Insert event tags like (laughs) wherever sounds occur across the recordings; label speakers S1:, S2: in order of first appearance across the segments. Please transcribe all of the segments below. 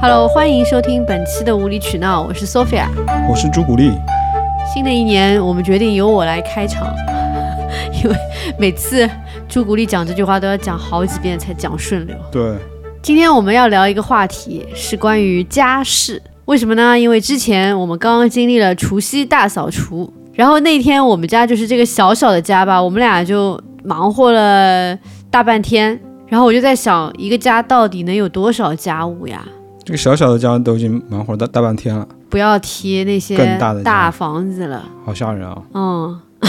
S1: Hello，欢迎收听本期的无理取闹，我是 Sophia。
S2: 我是朱古力，
S1: 新的一年，我们决定由我来开场， (laughs) 因为每次朱古力讲这句话都要讲好几遍才讲顺溜。
S2: 对，
S1: 今天我们要聊一个话题，是关于家事。为什么呢？因为之前我们刚刚经历了除夕大扫除，然后那天我们家就是这个小小的家吧，我们俩就忙活了大半天。然后我就在想，一个家到底能有多少家务呀？
S2: 这个小小的家都已经忙活了大大半天了，
S1: 不要提那些
S2: 更大的家
S1: 大房子了。
S2: 好吓人啊！
S1: 嗯， (laughs)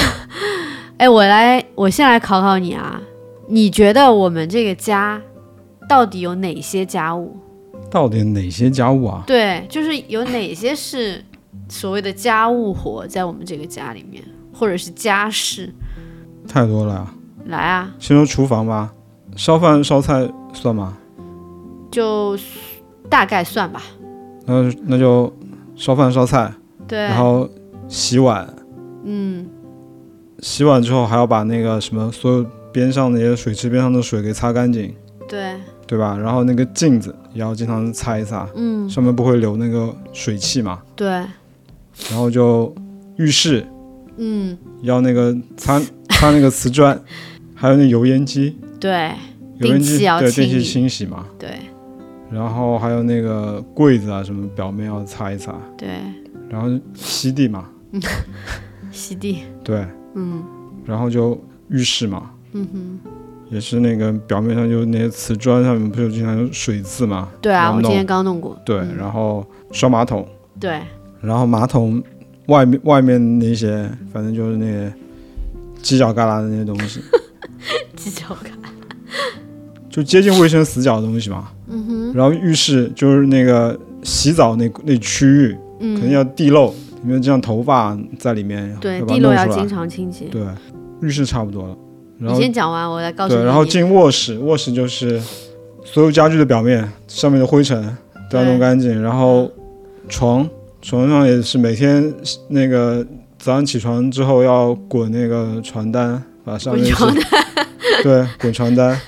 S1: 哎，我来，我先来考考你啊，你觉得我们这个家到底有哪些家务？
S2: 到底哪些家务啊？
S1: 对，就是有哪些是所谓的家务活在我们这个家里面，或者是家事？
S2: 太多了啊。
S1: 来啊，
S2: 先说厨房吧，烧饭烧菜算吗？
S1: 就大概算吧。
S2: 那那就烧饭烧菜，
S1: 对
S2: 然，后洗碗，
S1: 嗯，
S2: 洗碗之后还要把那个什么所有边上那些水池边上的水给擦干净，
S1: 对，
S2: 对吧？然后那个镜子也要经常擦一擦，
S1: 嗯，
S2: 上面不会留那个水汽嘛。
S1: 对，
S2: 然后就浴室
S1: 嗯，
S2: 要那个擦 (laughs) 擦那个瓷砖，还有那油烟机。
S1: 对，
S2: 油烟
S1: 定
S2: 机
S1: 期要
S2: 对
S1: 清
S2: 定期
S1: 理
S2: 清洗嘛，
S1: 对，
S2: 然后还有那个柜子啊什么表面要擦一擦，
S1: 对，
S2: 然后吸地嘛，
S1: 洗地，
S2: 对，
S1: 嗯，
S2: 然后就浴室嘛，
S1: 嗯哼，
S2: 也是那个表面上就那些瓷砖上面不是经常有水渍嘛，
S1: 对啊，
S2: 然后
S1: 我今
S2: 弄
S1: 天嗯刚弄过，
S2: 对，然后刷马桶，
S1: 对， (laughs)
S2: 然后马桶外面外面那些反正就是那些犄角旮旯的那些东西，
S1: 犄角旮
S2: 就接近卫生死角的东西嘛，
S1: 嗯哼，
S2: 然后浴室就是那个洗澡那那区域，肯定
S1: 嗯，
S2: 要地漏，里面这样头发在里面，
S1: 对，
S2: 啊要把
S1: 地
S2: 它
S1: 漏
S2: 弄
S1: 要
S2: 出来
S1: 经常清洁。
S2: 对，浴室差不多了，然
S1: 你
S2: 后
S1: 先讲完，我来告诉你。
S2: 对，然后进卧室，卧室就是所有家具的表面上面的灰尘都
S1: 对
S2: 要
S1: 嗯
S2: 弄干净，然后床床上也是每天那个早上起床之后要滚那个床单，把上面
S1: 滚床
S2: 单，对，滚床单。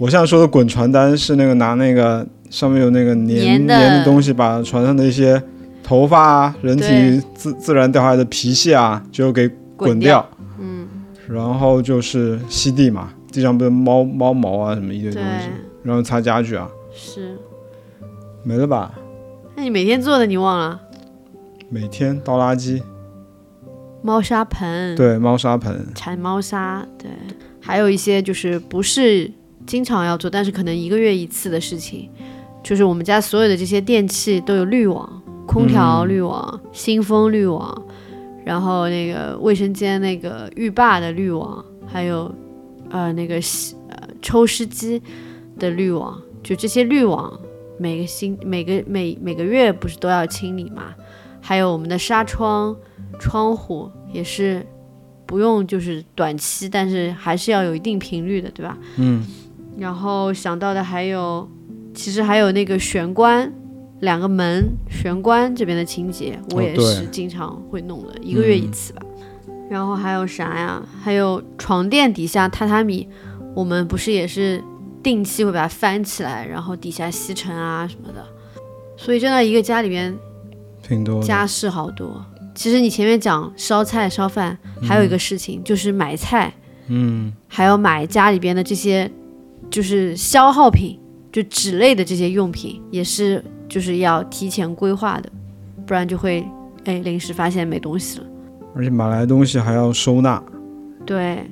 S2: 我现在说的滚床单是那个拿那个上面有那个
S1: 粘
S2: 粘
S1: 的
S2: 的东西把床上的一些头发啊、人
S1: 对
S2: 体自自然掉下来的皮屑啊，就给
S1: 滚
S2: 滚
S1: 掉
S2: 掉。嗯，然后就是吸地嘛，地上不是猫猫毛啊什么一堆东
S1: 对，
S2: 西，然后擦家具啊，
S1: 是。
S2: 没了吧？
S1: 那你每天做的你忘了？
S2: 每天倒垃圾，
S1: 猫砂盆，，
S2: 对，猫砂盆，
S1: 铲猫砂，对，还有一些就是不是经常要做，但是可能一个月一次的事情，就是我们家所有的这些电器都有滤网，空调
S2: 嗯
S1: 滤网、新风滤网，然后那个卫生间那个浴霸的滤网，还有呃那个洗呃抽湿机的滤网，就这些滤网，每个星每个每每个月不是都要清理嘛？还有我们的纱窗、窗户也是不用就是短期，但是还是要有一定频率的，对吧？
S2: 嗯，
S1: 然后想到的还有，其实还有那个玄关，两个门玄关这边的清洁，我
S2: 哦
S1: 也
S2: 对
S1: 是经常会弄的，一个月一次吧。然后还有啥呀？还有床垫底下榻榻米，我们不是也是定期会把它翻起来，然后底下吸尘啊什么的。所以真的一个家里面
S2: 挺多的，
S1: 家事好多。其实你前面讲烧菜烧饭，还有一个事情、就是买菜，
S2: 嗯，
S1: 还有买家里边的这些就是消耗品，就纸类的这些用品，也是就是要提前规划的，不然就会哎临时发现没东西了。
S2: 而且买来的东西还要收纳，
S1: 对，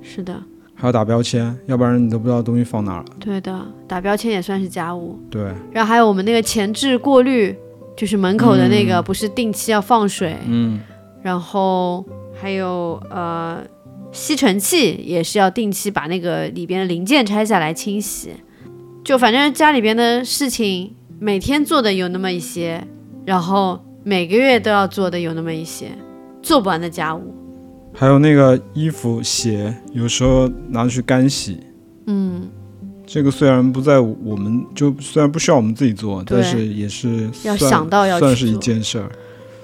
S1: 是的，
S2: 还要打标签，要不然你都不知道东西放哪儿了。
S1: 对的，打标签也算是家务。
S2: 对，
S1: 然后还有我们那个前置过滤，就是门口的那个，不是定期要放水，
S2: 嗯，
S1: 然后还有呃吸尘器也是要定期把那个里边的零件拆下来清洗。就反正家里边的事情，每天做的有那么一些，然后每个月都要做的有那么一些，做不完的家务。
S2: 还有那个衣服、鞋，有时候拿去干洗。
S1: 嗯，
S2: 这个虽然不在我们就虽然不需要我们自己做，
S1: 对
S2: 但是也是
S1: 要
S2: 算
S1: 想到要去
S2: 算是一
S1: 做
S2: 件事儿。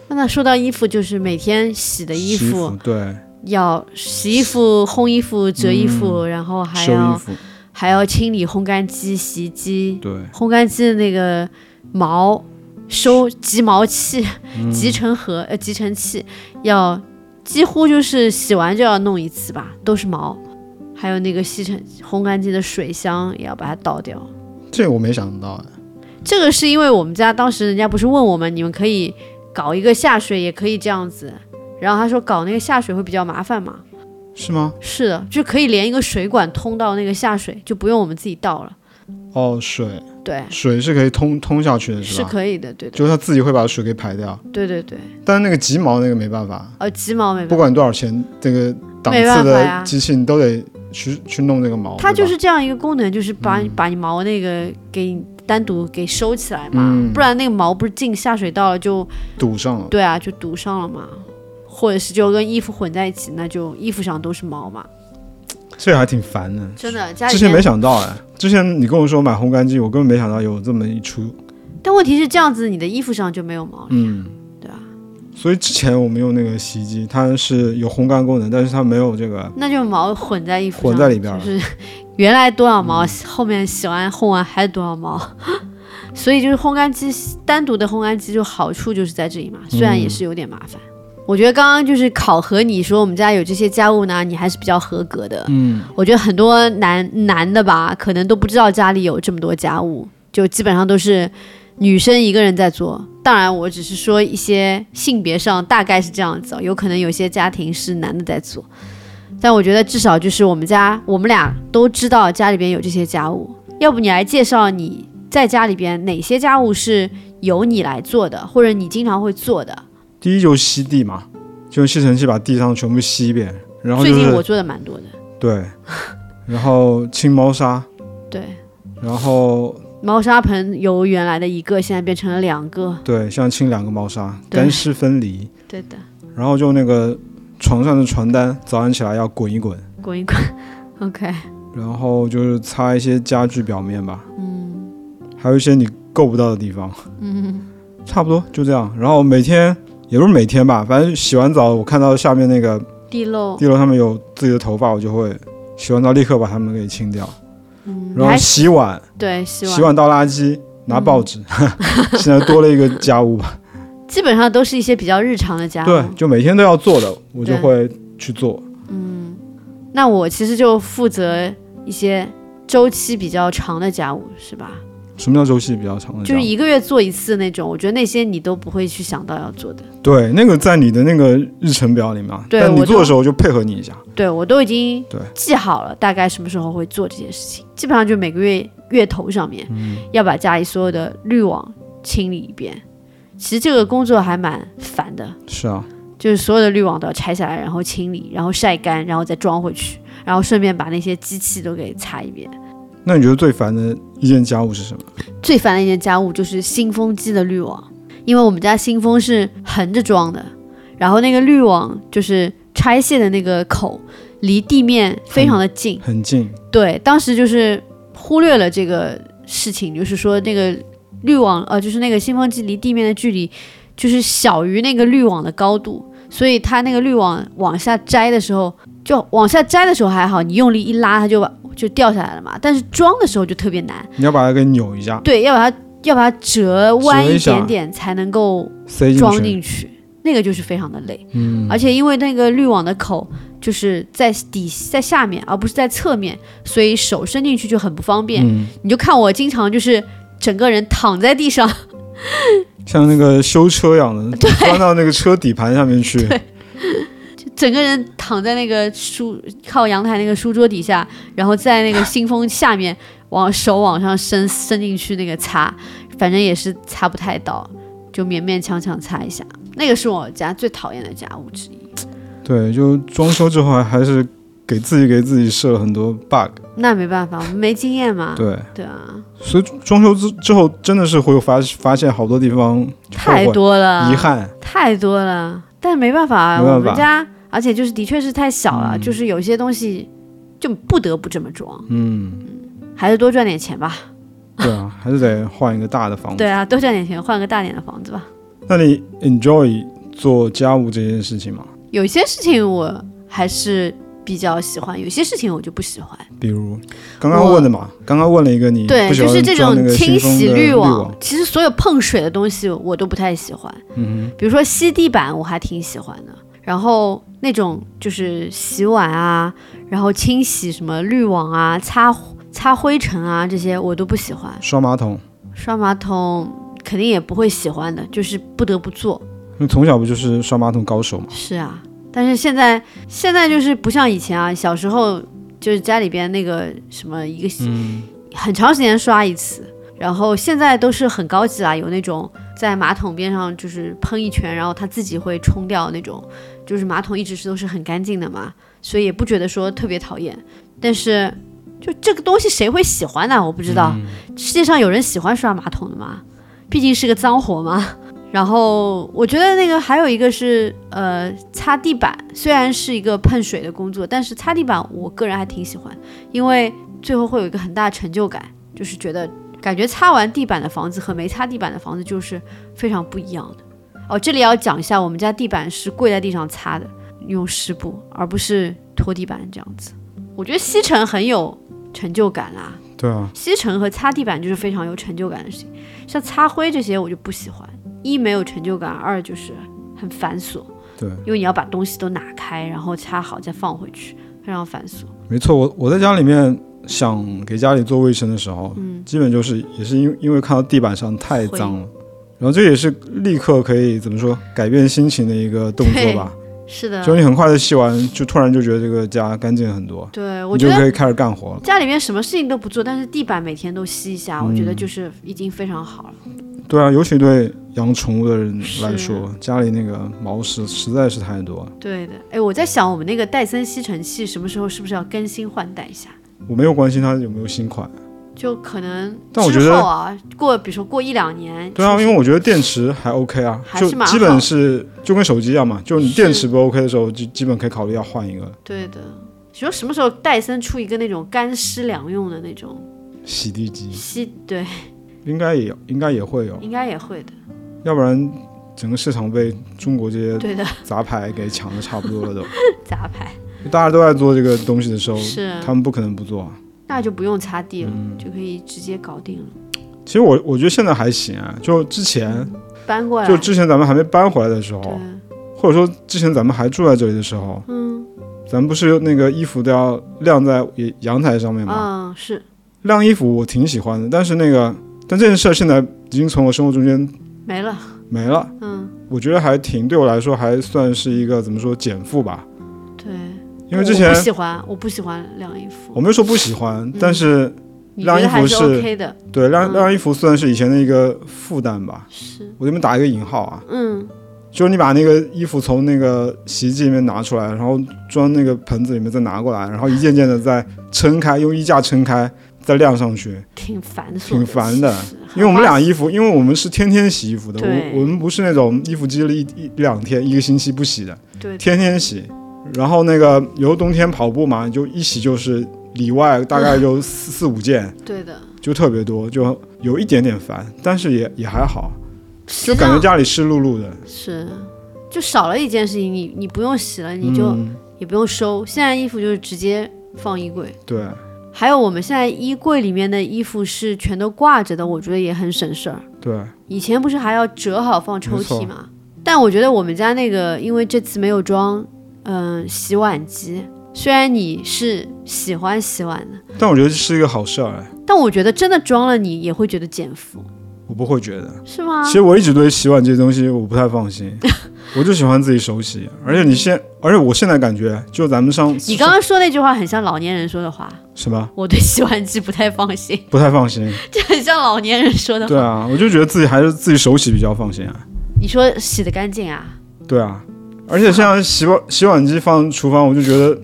S2: 嗯
S1: 那说到衣服，就是每天洗的衣
S2: 洗
S1: 服，
S2: 对，
S1: 要洗衣服、烘衣服、折衣服，然后还
S2: 嗯收衣
S1: 要
S2: 服，
S1: 还要清理烘干机、洗衣机。
S2: 对，
S1: 烘干机的那个毛收集毛器、集成盒呃集成器，要几乎就是洗完就要弄一次吧，都是毛。还有那个吸尘烘干机的水箱也要把它倒掉。
S3: 这我没想到哎，
S1: 这个是因为我们家当时人家不是问我们，你们可以搞一个下水，也可以这样子。然后他说搞那个下水会比较麻烦嘛，
S3: 是吗？
S1: 是的，就可以连一个水管通到那个下水，就不用我们自己倒了。
S3: 哦，水
S1: 对，
S3: 水是可以通通下去的，
S1: 是
S3: 吧？
S1: 可以的，对的，
S3: 就是它自己会把水给排掉，
S1: 对对对。
S3: 但是那个集毛那个没办法，
S1: 呃，鸡毛没
S3: 不
S1: 办法，
S3: 管多少钱，这个档
S1: 没办
S3: 次
S1: 法呀
S3: 的机器你都得去去弄这个毛，
S1: 它
S3: 对
S1: 就
S3: 吧
S1: 是这样一个功能，就是把、把你毛那个给你单独给收起来嘛，
S3: 嗯
S1: 不然那个毛不是进下水道了就
S3: 堵上了。
S1: 对啊，就堵上了嘛，或者是就跟衣服混在一起，那就衣服上都是毛嘛，
S2: 这还挺烦的。
S1: 真的家里
S2: 之前
S1: 面
S2: 没想到哎，之前你跟我说买烘干机，我根本没想到有这么一出。
S1: 但问题是这样子，你的衣服上就没有毛了。
S2: 嗯，
S1: 对啊。
S2: 所以之前我们用那个洗衣机，它是有烘干功能，但是它没有这个。
S1: 那就毛混在衣服上，
S2: 混在里边儿
S1: 就是 (laughs) 原来多少毛，后面洗完烘完还多少毛，所以就是烘干机单独的烘干机就好处就是在这里嘛，虽然也是有点麻烦。我觉得刚刚就是考核你说我们家有这些家务呢，你还是比较合格的。
S2: 嗯，
S1: 我觉得很多男男的吧，可能都不知道家里有这么多家务，就基本上都是女生一个人在做。当然，我只是说一些性别上大概是这样子哦，有可能有些家庭是男的在做，但我觉得至少就是我们家我们俩都知道家里边有这些家务。要不你来介绍你在家里边哪些家务是由你来做的，或者你经常会做的？
S2: 第一就是吸地嘛，就用吸尘器把地上全部吸一遍，然后
S1: 最
S2: 就
S1: 近我
S2: 是
S1: 做的蛮多的，
S2: 对，然后清猫砂，
S1: (laughs) 对，
S2: 然后
S1: 猫砂盆由原来的一个现在变成了两个，
S2: 对，像清两个猫砂，
S1: 对
S2: 干湿分离，
S1: 对的。
S2: 然后就那个床上的床单，早上起来要滚一滚，
S1: 滚一滚。OK，
S2: 然后就是擦一些家具表面吧，嗯，还有一些你够不到的地方，嗯，差不多就这样。然后每天也不是每天吧，反正洗完澡我看到下面那个
S1: 地漏，
S2: 地楼上面有自己的头发，我就会洗完澡立刻把它们给清掉，
S1: 嗯，
S2: 然后
S1: 还
S2: 洗碗，
S1: 对洗碗，嗯
S2: 洗碗倒垃圾，拿报纸， (laughs) 现在多了一个家务吧，
S1: 基本上都是一些比较日常的家务。
S2: 对，就每天都要做的，我就
S1: 对
S2: 会去做。
S1: 那我其实就负责一些周期比较长的家务，是吧？
S2: 什么叫周期比较长的家
S1: 就
S2: 务？
S1: 是一个月做一次那种，我觉得那些你都不会去想到要做的。
S2: 对，那个在你的那个日程表里面啊，
S1: 对
S2: 但你
S1: 我
S2: 做的
S1: 就
S2: 时候就配合你一下。
S1: 对我都已经
S2: 对
S1: 记好了，大概什么时候会做这件事情。基本上就每个月月头上面、要把家里所有的滤网清理一遍。其实这个工作还蛮烦的，
S2: 是啊，
S1: 就是所有的滤网都要拆下来，然后清理，然后晒干，然后再装回去，然后顺便把那些机器都给擦一遍。
S2: 那你觉得最烦的一件家务是什么？
S1: 最烦的一件家务就是新风机的滤网，因为我们家新风是横着装的，然后那个滤网就是拆卸的那个口离地面非常的近，
S2: 很近，
S1: 对，当时就是忽略了这个事情，就是说那个滤网，呃，就是那个新风机离地面的距离，就是小于那个滤网的高度，所以它那个滤网往下摘的时候，就往下摘的时候还好，你用力一拉，它就把就掉下来了嘛。但是装的时候就特别难，
S2: 你要把它给扭一下，
S1: 对，要把它要把它折弯
S2: 折一
S1: 一
S2: 下
S1: 点点才能够
S2: 塞进去。
S1: 装进去，那个就是非常的累。嗯，而且因为那个滤网的口就是在底在下面，而不是在侧面，所以手伸进去就很不方便。
S2: 嗯，
S1: 你就看我经常就是整个人躺在地上， (laughs)
S2: 像那个修车一样的，钻到那个车底盘下面去。
S1: 整个人躺在那个书靠阳台那个书桌底下，然后在
S2: (laughs)
S1: 那个信封下面往手往上伸伸进去那个擦，反正也是擦不太到，就勉勉强强擦一下。那个是我家最讨厌的家务之一。
S2: 对，就装修之后还还是给自己给自己设了很多 bug。
S1: 那没办法，我们没经验嘛。
S2: 对，
S1: 对啊。
S2: 所以装修之之后真的是会有发发现好多地方后
S1: 太
S2: 悔、
S1: 多了，
S2: 遗憾。
S1: 太多了。但没办法啊，
S2: 没办法
S1: 我们家，而且就是的确是太小了，就是有些东西就不得不这么装，
S2: 嗯，
S1: 还是多赚点钱吧。
S2: 对啊，还是得换一个大的房子。
S1: 对啊，多赚点钱，换个大点的房子吧。
S2: 那你 enjoy 做家务这件事情吗？
S1: 有些事情我还是比较喜欢，有些事情我就不喜欢。
S2: 比如刚刚问的嘛，刚刚问了一个你
S1: 嗯对
S2: 不，喜
S1: 就
S2: 欢
S1: 是这
S2: 装那
S1: 种
S2: 个
S1: 清
S2: 信封
S1: 洗
S2: 的滤
S1: 网，，其实所有碰水的东西我都不太喜欢。
S2: 嗯
S1: 比如说吸地板，我还挺喜欢的。然后那种就是洗碗啊，然后清洗什么滤网啊、擦擦灰尘啊这些我都不喜欢
S2: 哼，。刷马桶，
S1: 刷马桶肯定也不会喜欢的，就是不得不做。
S2: 那从小不就是刷马桶高手嘛？
S1: 是啊，但是现在现在就是不像以前啊，小时候就是家里边那个什么一个、很长时间刷一次，然后现在都是很高级啦，有那种在马桶边上就是喷一圈，然后它自己会冲掉那种，就是马桶一直是都是很干净的嘛，所以也不觉得说特别讨厌，但是。就这个东西谁会喜欢呢、我不知道，世界上有人喜欢刷马桶的吗？毕竟是个脏活嘛。然后我觉得那个还有一个是呃擦地板，虽然是一个喷水的工作，但是擦地板我个人还挺喜欢，因为最后会有一个很大的成就感，就是觉得感觉擦完地板的房子和没擦地板的房子就是非常不一样的。哦，这里要讲一下，我们家地板是跪在地上擦的，用湿布，而不是拖地板这样子。我觉得吸尘很有成就感啦、
S2: 对啊，
S1: 吸尘和擦地板就是非常有成就感的事情，像擦灰这些我就不喜欢，一没有成就感，二就是很繁琐，
S2: 对，
S1: 因为你要把东西都拿开，然后擦好再放回去，非常繁琐。
S2: 没错。我我在家里面想给家里做卫生的时候，嗯，基本就是也是因为因为看到地板上太脏了，然后这也是立刻可以怎么说改变心情的一个动作吧。
S1: 是的，
S2: 就你很快的洗完，就突然就觉得这个家干净很多，
S1: 对我
S2: 你
S1: 觉
S2: 就
S1: 得
S2: 可以开始干活了。
S1: 家里面什么事情都不做，但是地板每天都吸一下，我
S2: 嗯
S1: 觉得就是已经非常好了。
S2: 对啊，尤其对养宠物的人来
S1: 是
S2: 说，家里那个毛屎实在是太多了。
S1: 对的，哎，我在想我们那个戴森吸尘器什么时候是不是要更新换代一下？
S2: 我没有关心它有没有新款，
S1: 就可能
S2: 但我觉
S1: 之
S2: 得
S1: 后啊，过比如说过一两年，
S2: 对啊，
S1: 出
S2: 因为我觉得电池还 OK 啊，
S1: 还
S2: 就是
S1: 蛮
S2: 基本是就跟手机一样嘛，就你
S1: 是
S2: 电池不 OK 的时候，就基本可以考虑要换一个了
S1: 对的，你说什么时候戴森出一个那种干湿两用的那种
S2: 洗地机，
S1: 吸？对，
S2: 应该也有应该也会有，
S1: 应该也会的。
S2: 要不然整个市场被中国这些
S1: 对的， (laughs)
S2: 杂牌给抢的差不多了都。 (laughs)
S1: 杂牌
S2: 大家都在做这个东西的时候，
S1: 是，
S2: 他们不可能不做啊。
S1: 那就不用擦地了，
S2: 嗯
S1: 就可以直接搞定了，
S2: 其实我我觉得现在还行啊，就之前
S1: 搬过来。
S2: 就哦之前咱们还没搬回来的时
S1: 啊对
S2: 候，，或者说之前咱们还住在这里的时候，
S1: 嗯
S2: 咱们不是那个衣服都要晾在阳台上面吗？
S1: 嗯是
S2: 晾衣服我挺喜欢的，但是那个，但这件事儿现在已经从我生活中间
S1: 没了。
S2: 没了。
S1: 嗯，
S2: 我觉得还挺对我来说还算是一个怎么说减负吧，
S1: 对，
S2: 因为之
S1: 我
S2: 前
S1: 不喜欢，我不喜欢晾衣服
S2: 我，没有说不喜欢，但是
S1: 你觉
S2: 晾衣
S1: 得
S2: 服
S1: 还是
S2: 是
S1: OK 的？
S2: 对晾
S1: 嗯
S2: 晾衣服算是以前的一个负担吧。
S1: 是，
S2: 我这边打一个引号啊，
S1: 嗯，
S2: 就是你把那个衣服从那个洗衣机里面拿出来，然后装那个盆子里面再拿过来，然后一件件的再撑开，用衣架撑开，再晾上去。
S1: 挺繁琐，
S2: 挺烦的
S1: 其实，
S2: 因为我们
S1: 好
S2: 俩衣服，因为我们是天天洗衣服的，
S1: 对
S2: 我我们不是那种衣服积了一一一两天、一个星期不洗的，
S1: 吧对
S2: 天天洗。然后那个，由冬天跑步嘛，就一洗就是里外大概
S1: 嗯
S2: 就四、四五件，
S1: 对的，
S2: 就特别多，就有一点点烦，但是也也还好，
S1: 就
S2: 就感觉家里湿漉漉的。
S1: 是。就少了一件事情，你你不用洗了，你就、
S2: 嗯、
S1: 也不用收。现在衣服就是直接放衣柜，
S2: 对，
S1: 还有我们现在衣柜里面的衣服是全都挂着的，我觉得也很省事儿。
S2: 对，
S1: 以前不是还要折好放抽屉
S2: 没错
S1: 吗？但我觉得我们家那个，因为这次没有装，嗯、洗碗机。虽然你是喜欢洗碗的，
S2: 但我觉得是一个好事儿、哎，
S1: 但我觉得真的装了你也会觉得减负，
S2: 我不会觉得。
S1: 是吗？
S2: 其实我一直对洗碗这些东西我不太
S1: (laughs)
S2: 放心，我就喜欢自己手洗。而且你现，而且我现在感觉，就咱们上
S1: 你刚刚说那句话很像老年人说的话，
S2: 什么
S1: 我对洗碗机不太放心， (laughs)
S2: 不太放心？
S1: 这很像老年人说的话。
S2: 对啊，我就觉得自己还是自己手洗比较放心啊。
S1: 你说洗的干净啊？
S2: 对啊，而且像洗碗洗碗机放厨房，我就觉得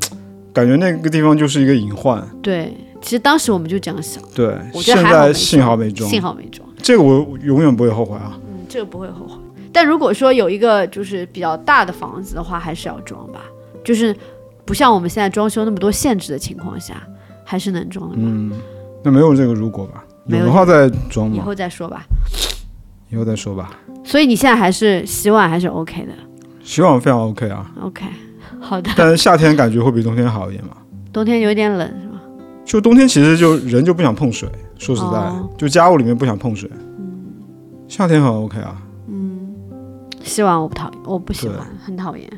S2: 感觉那个地方就是一个隐患。
S1: 对，其实当时我们就这样想，
S2: 对，
S1: 我觉
S2: 现
S1: 得还好
S2: 在
S1: 没
S2: 幸好
S1: 装
S2: 没装，
S1: 幸好没装。
S2: 这个我永远不会后悔啊。
S1: 嗯，这个不会后悔。但如果说有一个就是比较大的房子的话，还是要装吧，就是不像我们现在装修那么多限制的情况下，还是能装的吧。
S2: 嗯那没有这个如果吧，
S1: 没有
S2: 的话再装
S1: 以
S2: 嘛，
S1: 后再说吧。
S2: 以后再说吧。
S1: 所以你现在还是洗碗还是 OK 的
S2: 洗碗非常 OK 啊，
S1: ，OK。 (laughs) 好的，
S2: 但是夏天感觉会比冬天好一点嘛。
S1: 冬天有点冷是吧？
S2: 就冬天其实就人就不想碰水，说实在，
S1: 哦嗯
S2: 就家务里面不想碰水。夏天很 OK 啊，
S1: 洗碗我不讨厌，我不喜
S2: 对
S1: 欢，很讨厌。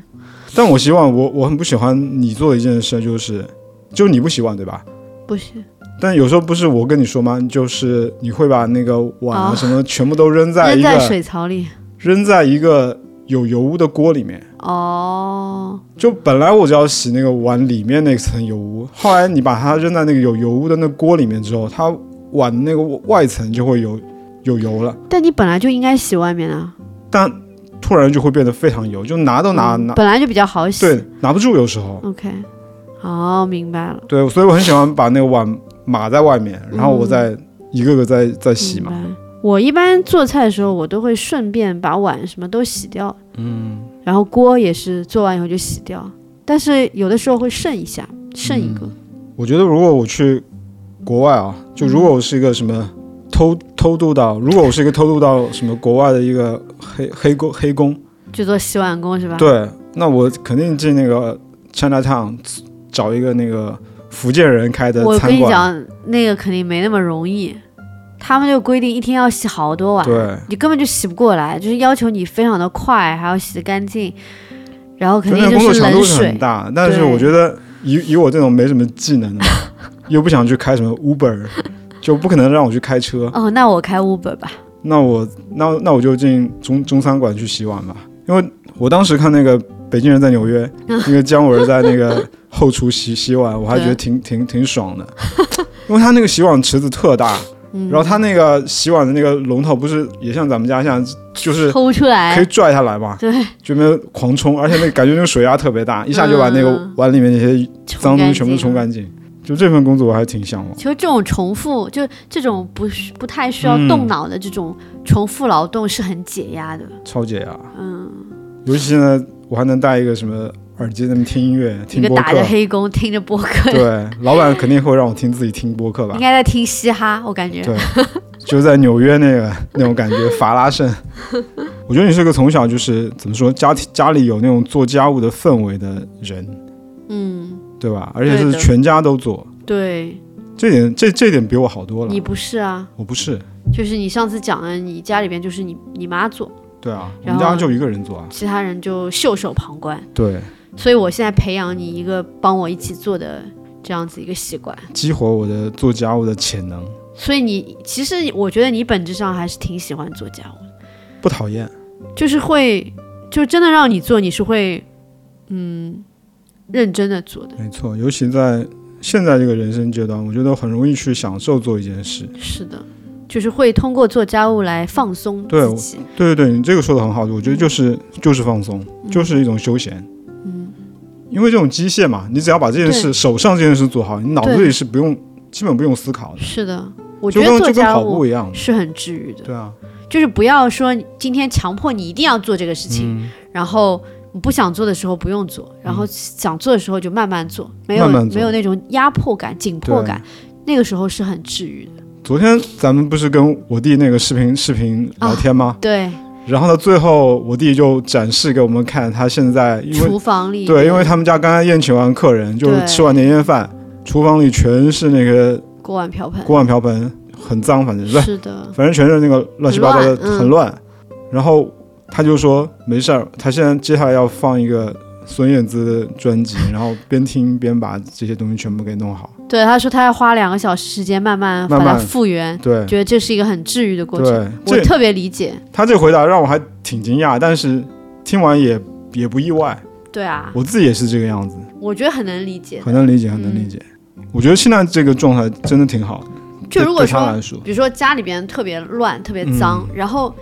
S2: 但我希望我我很不喜欢你做的一件事就是，就你不洗碗对吧？
S1: 不行，
S2: 但有时候不是我跟你说吗？就是你会把那个碗啊
S1: 哦
S2: 什么全部都扔在
S1: 扔
S2: 一个、
S1: 在水槽里
S2: 扔在一个有油污的锅里面。
S1: 哦，
S2: 就本来我就要洗那个碗里面那层油污，后来你把它扔在那个有油污的那锅里面之后，它碗那个外层就会有有油了，
S1: 但你本来就应该洗外面啊，
S2: 但突然就会变得非常油，就拿都拿、
S1: 嗯
S2: 拿
S1: 本来就比较好洗。
S2: 对拿不住，有时候
S1: OK，哦，明白了，
S2: 对，所以我很喜欢把那个碗码在外面，然后我再
S1: 嗯
S2: 一个个再再洗
S1: 明
S2: 嘛。
S1: 白。我一般做菜的时候，我都会顺便把碗什么都洗掉，嗯，然后锅也是做完以后就洗掉，但是有的时候会剩一下，剩一
S2: 嗯
S1: 个，
S2: 我觉得如果我去国外啊，就如果我是一个什么偷偷渡到，如果我是一个偷渡到什么国外的一个黑黑工黑工，
S1: 就做洗碗工是吧？，
S2: 对，那我肯定进那个 China Town 找一个那个福建人开的
S1: 我跟
S2: 餐
S1: 你
S2: 馆，
S1: 讲，那个肯定没那么容易，他们就规定一天要洗好多碗，
S2: 对，
S1: 你根本就洗不过来，就是要求你非常的快，还要洗得干净，然后肯
S2: 就那
S1: 定
S2: 个工作
S1: 是
S2: 强
S1: 冷
S2: 度是
S1: 水
S2: 很，大，但是
S1: 对
S2: 我觉得以以我这种没什么技能的，又不想去开什么 Uber，就不可能让我去开车，
S1: 哦，那我开 Uber 吧，
S2: 那我那那我就进中中餐馆去洗碗吧，因为我当时看那个北京人在
S1: (laughs)
S2: 纽约，那个姜文在那个后厨洗洗碗，我还觉
S1: 对
S2: 得挺挺挺爽的，因为他那个洗碗池子特大。
S1: 嗯，
S2: 然后他那个洗碗的那个龙头不是也像咱们家像，就是
S1: 抽不出来，
S2: 可以拽下来嘛，
S1: 对，
S2: 就没有狂冲，而且那个感觉那个水压特别大，一下就把那个
S1: 嗯
S2: 碗里面那些
S1: 冲
S2: 脏东
S1: 干
S2: 西全部
S1: 净
S2: 冲干净。就这份工作我还挺向往。
S1: 其实这种重复，就这种不需不太需要
S2: 嗯
S1: 动脑的这种重复劳动是很解压的。
S2: 超解压，
S1: 嗯，
S2: 尤其现在我还能戴一个什么耳机，那么听音乐、
S1: 一
S2: 听
S1: 个
S2: 播
S1: 打着
S2: 客。
S1: 黑工，听着播客，
S2: 对，老板肯定会让我听自己听播客吧
S1: 应？该在听嘻哈，我感觉。
S2: 对，就在纽约那个那种感觉，法拉盛。 (laughs) 我觉得你是个从小就是怎么说，家庭家里有那种做家务的氛围的人。
S1: 嗯，
S2: 对吧？而且
S1: 对
S2: 是
S1: 的
S2: 全家都做，
S1: 对
S2: 这点这这点比我好多了
S1: 你。不是啊，
S2: 我不是，
S1: 就是你上次讲的，你家里边就是你你妈做，
S2: 对啊，我
S1: 然
S2: 们
S1: 后
S2: 家就一个人做啊。
S1: 其他人就袖手旁观。
S2: 对，
S1: 所以我现在培养你一个帮我一起做的这样子一个习惯。
S2: 激活我的做家务的潜能，
S1: 所以你其实我觉得你本质上还是挺喜欢做家务的。
S2: 不讨厌。
S1: 就是会，就真的让你做，你是会，嗯，认真的做的。
S2: 没错，尤其在现在这个人生阶段，我觉得很容易去享受做一件事。
S1: 是的，就是会通过做家务来放松
S2: 对
S1: 自己。
S2: 对对对，你这个说的很好，我觉得
S1: 嗯
S2: 就是就是放松，就是一种休闲。嗯，因为这种机械嘛，你只要把这件事
S1: 对
S2: 手上这件事做好，你脑子
S1: 对
S2: 里是不用基本不用思考的，
S1: 是的，我
S2: 就
S1: 觉得
S2: 跟
S1: 做
S2: 就跟
S1: 家
S2: 跑
S1: 务
S2: 步一样。
S1: 是很治愈的，
S2: 对啊，
S1: 就是不要说今天强迫你一定要做这个事情，
S2: 嗯，
S1: 然后你不想做的时候不用做，然后想做的时候就慢慢做，没有
S2: 慢慢做
S1: 没有那种压迫感、紧迫
S2: 对
S1: 感，那个时候是很治愈的。
S2: 昨天咱们不是跟我弟那个视频视频聊天吗？
S1: 对，
S2: 然后呢，最后我弟就展示给我们看他现在，因为
S1: 厨房里
S2: 对，因为他们家刚刚宴请完客人，就是
S1: 对
S2: 吃完年夜饭，厨房里全是那个
S1: 锅碗瓢盆，
S2: 锅碗瓢盆，很脏，反正是，
S1: 是的，
S2: 反正全是那个乱七八糟的，
S1: 很乱嗯
S2: 很乱。然后他就说没事儿，他现在接下来要放一个孙燕姿的专辑，然后边听边把这些东西全部给弄好。
S1: 对，他说他要花两个小时时间慢慢把
S2: 慢
S1: 它
S2: 慢
S1: 复原，
S2: 对
S1: 觉得这是一个很治愈的过程。
S2: 对，
S1: 我
S2: 这
S1: 特别理解，
S2: 他这回答让我还挺惊讶，但是听完也也不意外，
S1: 对啊，
S2: 我自己也是这个样子。
S1: 我觉得很能理解。
S2: 很能理解，
S1: 嗯
S2: 很能理解。我觉得现在这个状态真的挺好的，
S1: 就
S2: 对
S1: 如果
S2: 对他
S1: 说，
S2: 来说，嗯
S1: 比如说家里边特别乱、特别脏，然后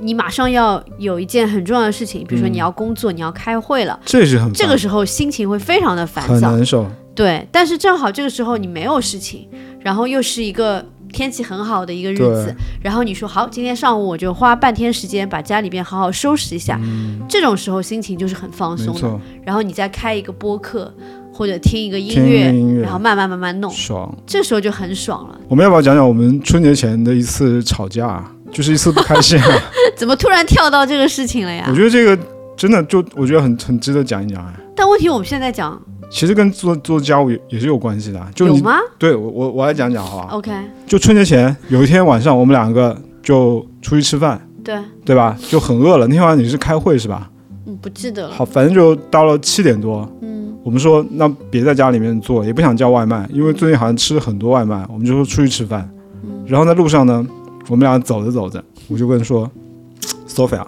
S1: 你马上要有一件很重要的事情，比如说你要工作、你要开会了，
S2: 这是嗯很
S1: 这个时候心情会非常的
S2: 烦
S1: 烦
S2: 很
S1: 躁。
S2: 难受，
S1: 对，但是正好这个时候你没有事情，然后又是一个。天气很好的一个日子
S2: 对，
S1: 然后你说好，今天上午我就花半天时间把家里边好好收拾一下，这种时候心情就是很放
S2: 嗯没
S1: 松的。
S2: 错，
S1: 然后你再开一个播客或者听一个音
S2: 听一
S1: 乐，
S2: 个音乐
S1: 然后慢慢慢慢弄，
S2: 爽。
S1: 这时候就很爽了。 (laughs)
S2: 我们要不要讲讲我们春节前的一次吵架啊？就是一次不开心啊。
S1: (laughs) 怎么突然跳到这个事情了呀
S2: (laughs) 我？觉得这个真的就我觉得很很值得讲一讲哎。
S1: 但问题我们现在讲
S2: 其实跟做做家务也也是有关系的啊，就
S1: 有
S2: 你啊
S1: 吗哦
S2: 对我我我来讲讲好吧。
S1: ？OK，
S2: 就春节前有一天晚上，我们两个就出去吃饭，
S1: 对，
S2: 对吧？就很饿了。那天晚上你是开会是吧？
S1: 嗯，不记得了。
S2: 好，反正就到了七点多，
S1: 嗯
S2: 我们说那别在家里面做，也不想叫外卖，因为最近好像吃很多外卖，我们就说出去吃饭。
S1: 嗯
S2: 然后在路上呢，我们俩走着走着，我就问说
S1: (laughs)
S2: ，Sophia，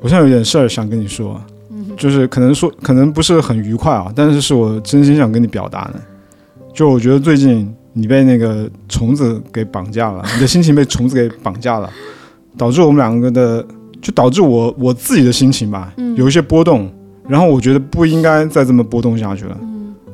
S2: 我现在有点事儿想跟你说，
S1: 嗯，
S2: 就是可能说可能不是很愉快啊，但是是我真心想跟你表达的，就我觉得最近你被那个虫子给绑架了，你的心情被虫子给绑架了，导致我们两个的，就导致我我自己的心情吧，
S1: 嗯
S2: 有一些波动，然后我觉得不应该再这么波动下去了。
S1: 嗯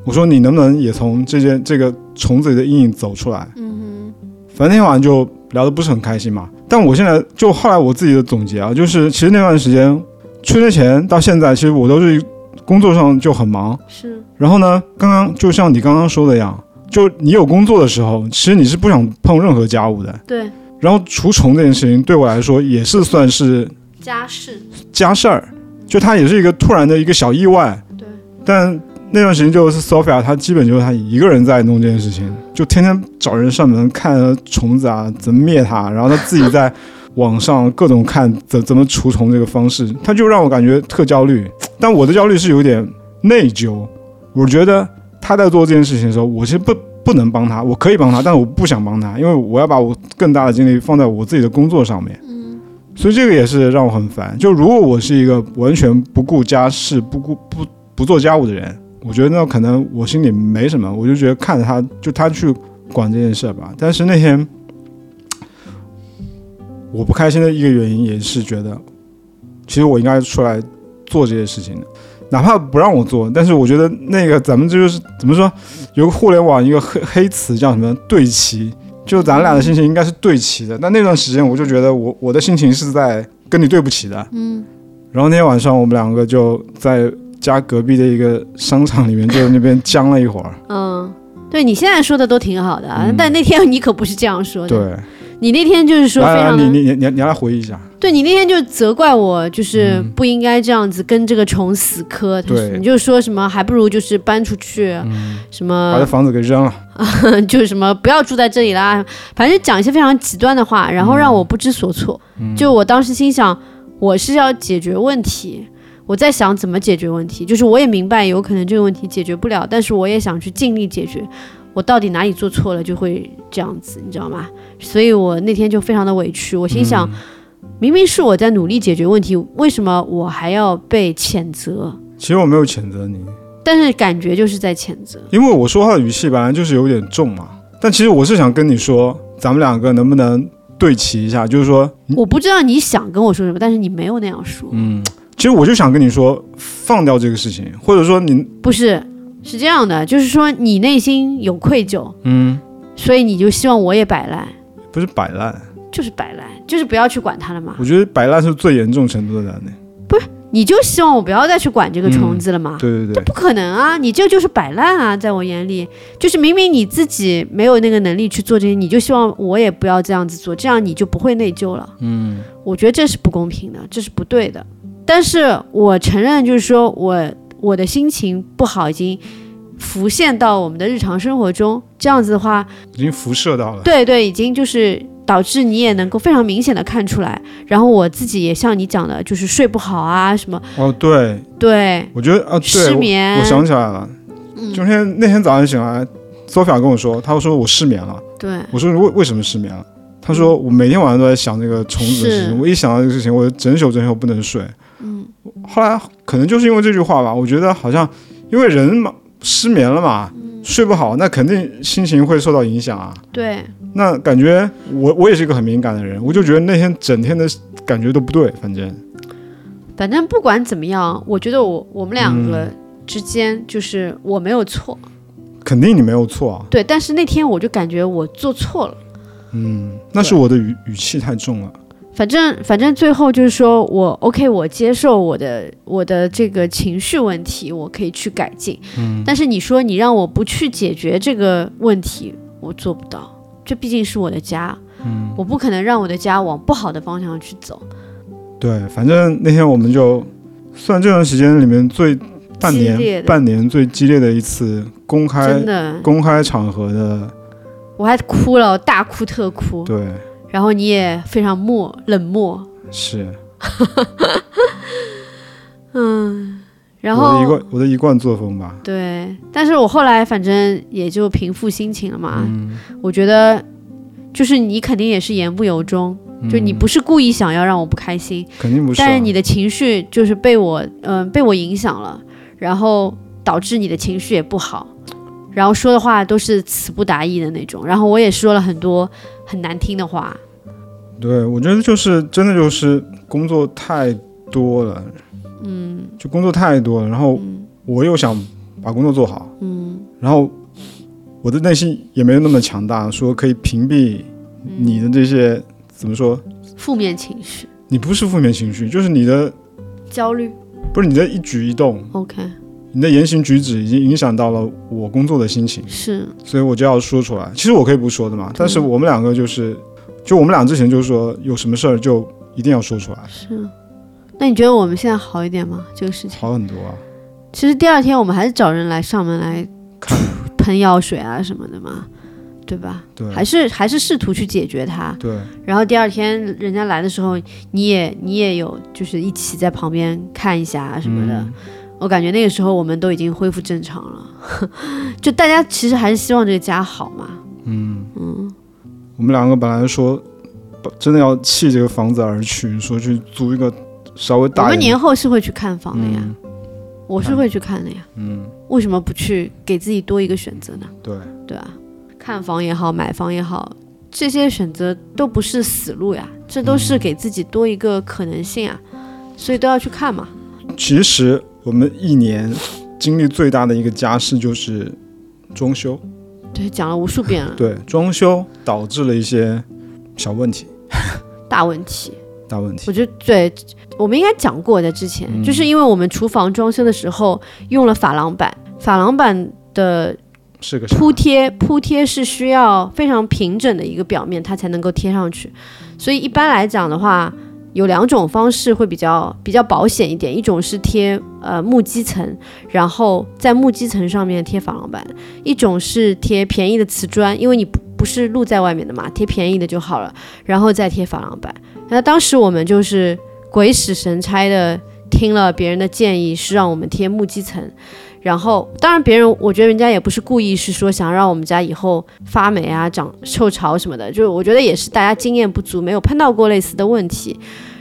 S2: 我说你能不能也从这件这个虫子里的阴影走出来？
S1: 嗯
S2: 反正那天晚上就聊得不是很开心嘛。但我现在就后来我自己的总结啊，就是其实那段时间，春节前到现在，其实我都是工作上就很忙。
S1: 哼，是，
S2: 然后呢，刚刚就像你刚刚说的一样，就你有工作的时候，其实你是不想碰任何家务的。
S1: 对，
S2: 然后除虫这件事情对我来说也是算是
S1: 家事，
S2: 家事儿，就它也是一个突然的一个小意外。
S1: 对，
S2: 但那段时间就是 Sophia，她基本就是她一个人在弄这件事情，就天天找人上门看虫子啊，怎么灭它，然后她自己在网上各种看怎怎么除虫这个方式，她就让我感觉特焦虑。但我的焦虑是有点内疚，我觉得她在做这件事情的时候，我其实不。不能帮她，我可以帮她，但我不想帮她，因为我要把我更大的精力放在我自己的工作上面。
S1: 嗯
S2: 所以这个也是让我很烦。就如果我是一个完全不顾家事、不顾不不做家务的人，我觉得那可能我心里没什么，我就觉得看着他就他去管这件事儿吧。但是那天我不开心的一个原因也是觉得，其实我应该出来做这些事情的。哪怕不让我做，但是我觉得那个咱们这就是怎么说，有个互联网一个黑黑词叫什么对齐，就咱俩的心情应该是对齐的。但那段时间我就觉得我我的心情是在跟你对不起的。
S1: 嗯
S2: 然后那天晚上我们两个就在家隔壁的一个商场里面，就在那边僵了一会儿。
S1: 嗯，对你现在说的都挺好的啊，
S2: 嗯
S1: 但那天你可不是这样说的，
S2: 对，
S1: 你那天哦就是说
S2: 来
S1: 非
S2: 来，
S1: 常
S2: 你
S1: 的，
S2: 你你你你来回忆一下。
S1: 对你那天就责怪我，就是
S2: 嗯
S1: 不应该这样子跟这个虫死磕，
S2: 对
S1: 你就说什么还不如就是搬出去，
S2: 嗯，
S1: 什
S2: 把这
S1: 么
S2: 房子给扔了。
S1: 就是什么不要住在这里啦，反正讲一些非常极端的话，然后让我不知所措。就我当时心想，我是要解决问题，我在想怎么解决问题，就是我也明白有可能这个问题解决不了，但是我也想去尽力解决。我到底哪里做错了，就会这样子，你知道吗？所以我那天就非常的委屈，我心想，明明是我在努力解决问题，为什么我还要被谴责？
S2: 其实我没有谴责你，
S1: 但是感觉就是在谴责。
S2: 因为我说话的语气本来就是有点重嘛。但其实我是想跟你说，咱们两个能不能对齐一下？就是说，
S1: 我不知道你想跟我说什么，但是你没有那样说。
S2: 嗯，其实我就想跟你说，放掉这个事情，或者说你，
S1: 不是，是这样的，就是说你内心有愧疚，
S2: 嗯，
S1: 所以你就希望我也摆烂，
S2: 不是摆烂。
S1: 就是摆烂，就是不要去管它了嘛。
S2: 我觉得摆烂是最严重程度的人呢。
S1: 你就希望我不要再去管这个虫子了嘛？
S2: 对对对，
S1: 不可能啊！你这就是摆烂啊！在我眼里，就是明明你自己没有那个能力去做这些，你就希望我也不要这样子做，这样你就不会内疚了。嗯，我觉得这是不公平的，这是不对的。但是我承认，就是说我我的心情不好已经浮现到我们的日常生活中，这样子的话，
S2: 已经辐射到了。
S1: 对对，已经就是导致你也能够非常明显的看出来。然后我自己也像你讲的，就是睡不好啊，什么
S2: 哦，对，
S1: 对，
S2: 我觉得啊，对
S1: 失
S2: 我，
S1: 眠，嗯
S2: 我想起来了，就那天那天早上醒来，Sophia 跟我说，她说我失眠了。
S1: 对，
S2: 我说为为什么失眠了？她说我每天晚上都在想这个虫子的事
S1: 是
S2: 情，我一想到这个事情，我就整宿整宿不能睡。
S1: 嗯
S2: 后来可能就是因为这句话吧，我觉得好像因为人嘛失眠了嘛，
S1: 嗯
S2: 睡不好，那肯定心情会受到影响啊。
S1: 对。
S2: 那感觉我我也是一个很敏感的人，我就觉得那天整天的感觉都不对，反正
S1: 反正不管怎么样，我觉得我我们两个
S2: 嗯
S1: 之间就是我没有错，
S2: 肯定你没有错啊。
S1: 对。但是那天我就感觉我做错了，
S2: 嗯，那是我的语语气太重了。
S1: 反正反正最后就是说我 OK，我接受我的我的这个情绪问题，我可以去改进。嗯、但是你说你让我不去解决这个问题，我做不到。这毕竟是我的家，嗯、我不可能让我的家往不好的方向去走。
S2: 对，反正那天我们就算这段时间里面最半
S1: 激烈
S2: 年
S1: 的
S2: 半年最激烈的一次公开
S1: 真的，
S2: 公开场合的，
S1: 我还哭了，我大哭特哭。
S2: 对，
S1: 然后你也非常漠冷漠，
S2: 是
S1: 嗯，然
S2: 我的一
S1: 后
S2: 贯我的一贯作风吧。
S1: 对，但是我后来反正也就平复心情了嘛。
S2: 嗯，
S1: 我觉得就是你肯定也是言不由衷，就你
S2: 嗯
S1: 不是故意想要让我不开心，
S2: 肯定不是啊，
S1: 但是你的情绪就是被我，嗯、被我影响了，然后导致你的情绪也不好，然后说的话都是词不达意的那种，然后我也说了很多很难听的话，
S2: 对，我觉得就是真的就是工作太多了，嗯，就工作太多了，然后我又想把工作做好，嗯，然后我的内心也没有那么强大，说可以屏蔽你的这些、怎么说？
S1: 负面情绪、
S2: 你不是负面情绪，就是你的
S1: 焦虑。
S2: 不是你的一举一动，
S1: OK，
S2: 你的言行举止已经影响到了我工作的心情，
S1: 是
S2: 所以我就要说出来。其实我可以不说的嘛，但是我们两个就是，就我们俩之前就说有什么事儿就一定要说 (laughs) 出来，
S1: 是。那你觉得我们现在好一点吗？这个事情，
S2: 好很多啊。
S1: 其实第二天我们还是找人来上门来
S2: 看
S1: 喷药水啊什么的嘛，对吧？
S2: 对
S1: 还是还是试图去解决它。
S2: 对，
S1: 然后第二天人家来的时候，你也你也有就是一起在旁边看一下啊什么的。
S2: 嗯
S1: 我感觉那个时候我们都已经恢复正常了， (laughs) 就大家其实还是希望这个家好嘛。
S2: 我们两个本来说不真的要弃这个房子而去，说去租一个稍微
S1: 我
S2: 大一
S1: 们
S2: 点
S1: 年
S2: 的。
S1: 后是会去看房的呀，
S2: 嗯，
S1: 我是会去看的呀。
S2: 嗯，
S1: 为什么不去给自己多一个选择呢？
S2: 对，
S1: 对吧？看房也好，买房也好，这些选择都不是死路呀，这都是给自己多一个可能性啊，所以都要去看嘛。
S2: 其实我们一年经历最大的一个家事就是装修，
S1: 对，讲了无数遍了，
S2: 对，装修导致了一些小问题、
S1: 大问题。
S2: 大问题
S1: 我。觉得对，我们应该讲过在之前，就是因为我们厨房装修的时候用了珐琅板，珐琅板的
S2: 是个啥
S1: 铺贴，铺贴是需要非常平整的一个表面，它才能够贴上去。所以一般来讲的话，有两种方式会比较比较保险一点，一种是贴呃木基层，然后在木基层上面贴珐琅板；一种是贴便宜的瓷砖，因为你不不是露在外面的嘛，贴便宜的就好了，然后再贴珐琅板。那当时我们就是鬼使神差的听了别人的建议，是让我们贴木基层。然后，当然，别人我觉得人家也不是故意，是说想让我们家以后发霉啊、长臭潮什么的，就是我觉得也是大家经验不足，没有碰到过类似的问题，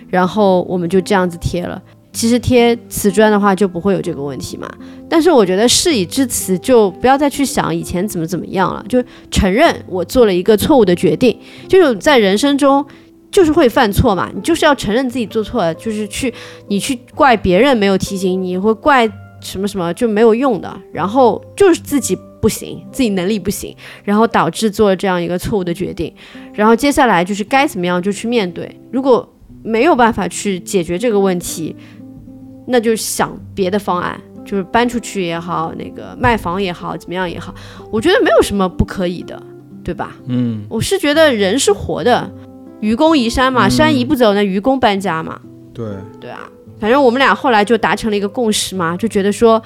S1: 然后我们就这样子贴了。其实贴瓷砖的话就不会有这个问题嘛，但是我觉得事已至此，就不要再去想以前怎么怎么样了，就承认我做了一个错误的决定，就是在人生中。就是会犯错嘛，你就是要承认自己做错了，就是去你去怪别人没有提醒你，或怪什么什么就没有用的，然后就是自己不行，自己能力不行，然后导致做了这样一个错误的决定，然后接下来就是该怎么样就去面对，如果没有办法去解决这个问题，那就想别的方案，就是搬出去也好，那个卖房也好，怎么样也好，我觉得没有什么不可以的，对吧？嗯，我是觉得人是活的，愚公移山嘛，山移不走，那愚公搬家嘛，
S2: 对，
S1: 对啊，反正我们俩后来就达成了一个共识嘛，就觉得说，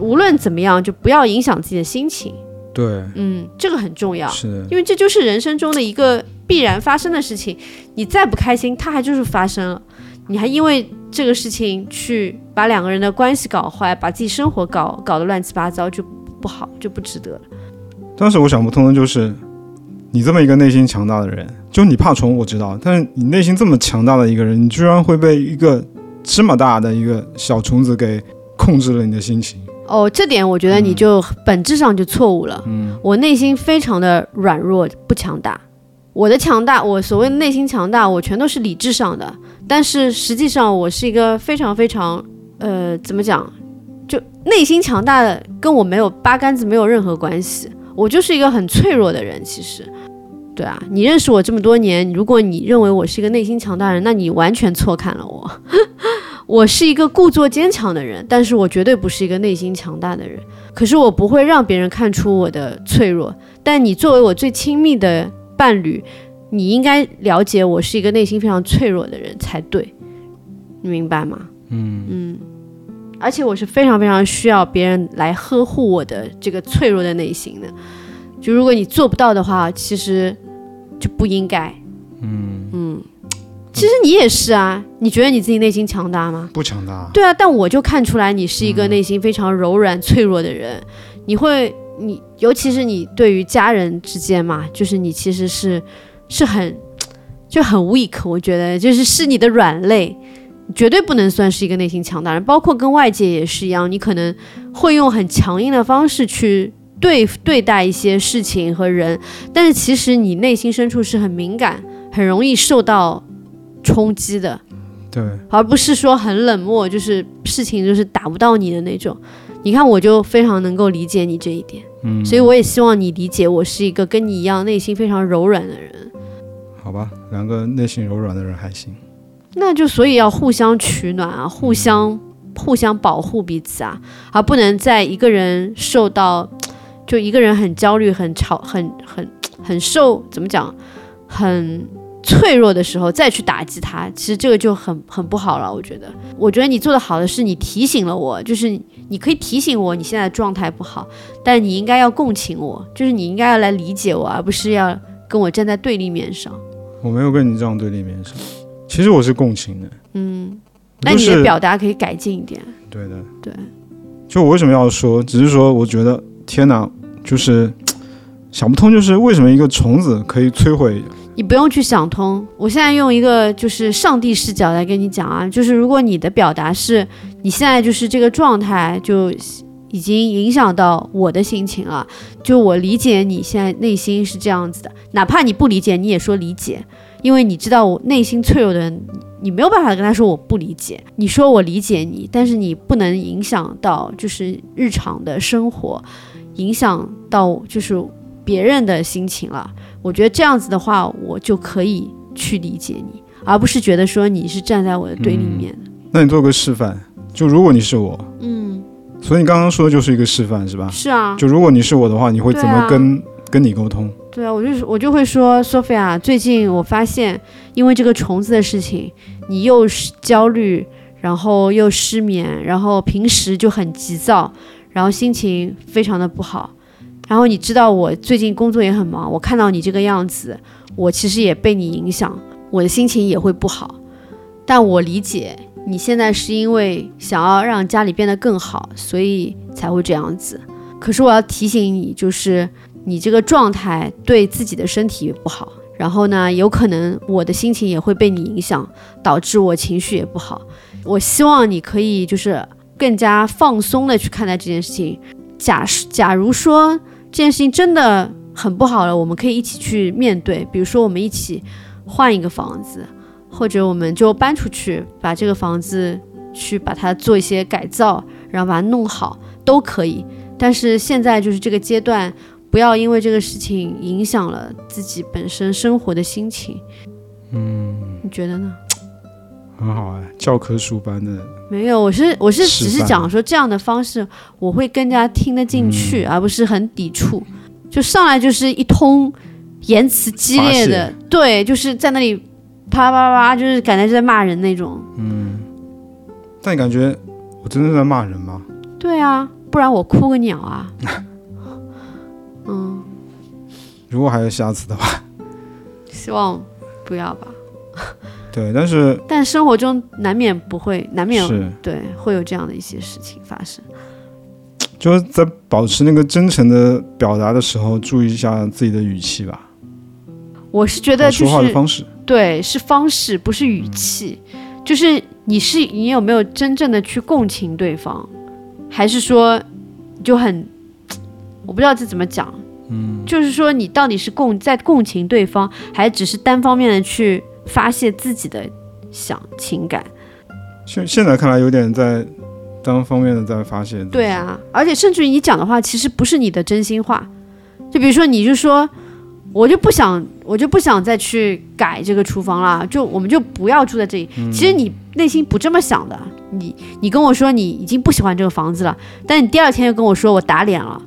S1: 无论怎么样，就不要影响自己的心情。
S2: 对，
S1: 嗯，这个很重要，
S2: 是的，
S1: 因为这就是人生中的一个必然发生的事情。你再不开心，它还就是发生了，你还因为这个事情去把两个人的关系搞坏，把自己生活搞搞得乱七八糟，就不好，就不值得了。
S2: 当时我想不通的就是，你这么一个内心强大的人，就你怕虫我知道，但是你内心这么强大的一个人，你居然会被一个这么大的一个小虫子给控制了你的心情。
S1: 哦，这点我觉得你就本质上就错误了。
S2: 嗯，
S1: 我内心非常的软弱不强大，我的强大，我所谓的内心强大，我全都是理智上的，但是实际上我是一个非常非常呃怎么讲，就内心强大的跟我没有八竿子没有任何关系，我就是一个很脆弱的人，其实。对啊，你认识我这么多年，如果你认为我是一个内心强大的人，那你完全错看了我。我是一个故作坚强的人，但是我绝对不是一个内心强大的人。可是我不会让别人看出我的脆弱。但你作为我最亲密的伴侣，你应该了解我是一个内心非常脆弱的人才对，你明白吗？
S2: 嗯，
S1: 嗯，而且我是非常非常需要别人来呵护我的这个脆弱的内心的。就如果你做不到的话，其实就不应该。嗯其实你也是啊，你觉得你自己内心强大吗？
S3: 不强大，
S1: 对啊，但我就看出来你是一个内心非常柔软、脆弱的人。你会，你尤其是你对于家人之间嘛，就是你其实是是很就很 weak，我觉得就是是你的软肋，绝对不能算是一个内心强大人。包括跟外界也是一样，你可能会用很强硬的方式去。对对待一些事情和人，但是其实你内心深处是很敏感，很容易受到冲击的。
S2: 对，
S1: 而不是说很冷漠，就是事情就是打不到你的那种。你看，我就非常能够理解你这一点，
S2: 嗯，
S1: 所以我也希望你理解我是一个跟你一样内心非常柔软的人。
S2: 好吧，两个内心柔软的人还行。
S1: 那就所以要互相取暖
S3: 嗯
S1: 啊，互相互相保护彼此啊，而不能在一个人受到，就一个人很焦虑、很吵、很很很受怎么讲，很脆弱的时候再去打击他，其实这个就很很不好了。我觉得，我觉得你做的好的是你提醒了我，就是你可以提醒我你现在状态不好，但你应该要共情我，就是你应该要来理解我，而不是要跟我站在对立面上。
S2: 我没有跟你这样对立面上，
S3: 其实我是共情的，
S1: 嗯，那
S3: 就
S1: 你的
S3: 是
S1: 表达可以改进一点。
S2: 对的，
S1: 对。
S2: 就我为什么要说，只是说我觉得天哪，就是想不通，就是为什么一个虫子可以摧毁
S1: 你不用去想通。我现在用一个就是上帝视角来跟你讲啊，就是如果你的表达是你现在就是这个状态，就已经影响到我的心情了。就我理解你现在内心是这样子的，哪怕你不理解，你也说理解，因为你知道我内心脆弱的人，你没有办法跟他说我不理解。你说我理解你，但是你不能影响到就是日常的生活，影响到就是别人的心情了。我觉得这样子的话，我就可以去理解你，而不是觉得说你是站在我的对立面的。
S2: 那你做个示范，就如果你是我，
S1: 嗯，
S2: 所以你刚刚说的就是一个示范，是吧？
S1: 是啊，
S2: 就如果你是我的话，你会怎
S1: 对啊
S2: 么跟、跟你沟通？
S1: 对啊，我就是我就会说，Sophia，最近我发现，因为这个虫子的事情，你又是焦虑，然后又失眠，然后平时就很急躁，然后心情非常的不好。然后你知道我最近工作也很忙，我看到你这个样子，我其实也被你影响，我的心情也会不好。但我理解你现在是因为想要让家里变得更好，所以才会这样子。可是我要提醒你，就是你这个状态对自己的身体不好，然后呢，有可能我的心情也会被你影响，导致我情绪也不好。我希望你可以就是更加放松的去看待这件事情。假设假如说这件事情真的很不好了，我们可以一起去面对，比如说我们一起换一个房子，或者我们就搬出去，把这个房子去把它做一些改造，然后把它弄好都可以。但是现在就是这个阶段，不要因为这个事情影响了自己本身生活的心情。嗯，你觉得呢？
S2: 很好哎，教科书般的。
S1: 没有，我是我是
S2: 示
S1: 只是
S2: 范
S1: 讲说这样的方式，我会更加听得进去，
S2: 嗯
S1: 而不是很抵触。就上来就是一通言辞激烈的
S2: 发，
S1: 对，就是在那里啪啪啪，就是感觉是在骂人那种。
S2: 但你感觉我真的在骂人吗？
S1: 对啊，不然我哭个鸟啊！
S2: 如果还有下次的话， (laughs)
S1: 希望不要吧。
S2: 对，但是
S1: 但生活中难免不会，难免
S2: 是
S1: 对会有这样的一些事情发生。
S2: 就是在保持那个真诚的表达的时候，注意一下自己的语气吧，
S1: 我是觉
S2: 还
S1: 得
S2: 有
S1: 就
S2: 说话的
S1: 是
S2: 方式。
S1: 对，是方式，不是语气。就是你是你有没有真正的去共情对方，还是说你就很，我不知道这怎么讲，嗯，就是说你到底是共在共情对方，还只是单方面的去发泄自己的想情感？
S2: 现现在看来有点在单方面的在发泄。
S1: 对，啊，而且甚至于你讲的话其实不是你的真心话，就比如说你就说，我就不想，我就不想再去改这个厨房啦，就我们就不要住在这里。其实你内心不这么想的，你你跟我说你已经不喜欢这个房子了，但你第二天又跟我说我打脸了，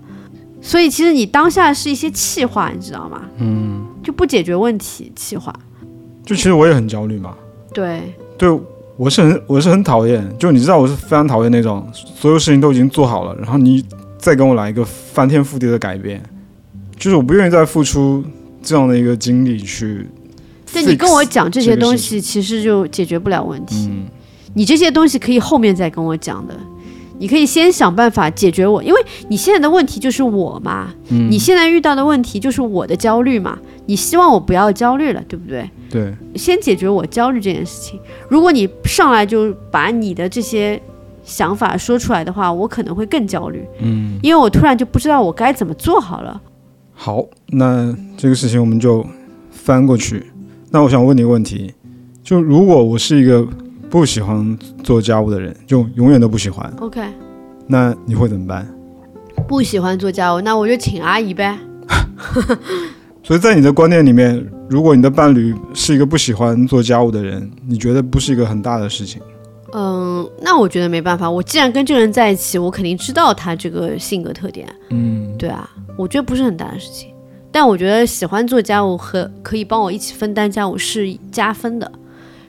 S1: 所以其实你当下是一些气话，你知道吗？嗯，就不解决问题，气话。
S2: 就其实我也很焦虑嘛，
S1: 对，
S2: 对我是很我是很讨厌，就你知道我是非常讨厌那种所有事情都已经做好了，然后你再跟我来一个翻天覆地的改变，就是我不愿意再付出这样的一个精力去。
S1: 对你跟我讲这些东
S2: 这
S1: 西，其实就解决不了问题。
S2: 嗯，
S1: 你这些东西可以后面再跟我讲的，你可以先想办法解决我，因为你现在的问题就是我嘛，
S2: 嗯
S1: 你现在遇到的问题就是我的焦虑嘛，你希望我不要焦虑了，对不对？
S2: 对，
S1: 先解决我焦虑这件事情。如果你上来就把你的这些想法说出来的话，我可能会更焦虑，
S2: 嗯，
S1: 因为我突然就不知道我该怎么做好了。
S2: 好，那这个事情我们就翻过去。那我想问你一个问题，就如果我是一个不喜欢做家务的人，就永远都不喜欢，
S1: OK，
S2: 那你会怎么办？
S1: 不喜欢做家务，那我就请阿姨呗。
S2: 所以在你的观念里面，如果你的伴侣是一个不喜欢做家务的人，你觉得不是一个很大的事情。
S1: 嗯，那我觉得没办法。我既然跟这个人在一起，我肯定知道他这个性格特点。
S2: 嗯，
S1: 对啊，我觉得不是很大的事情。但我觉得喜欢做家务和可以帮我一起分担家务是加分的。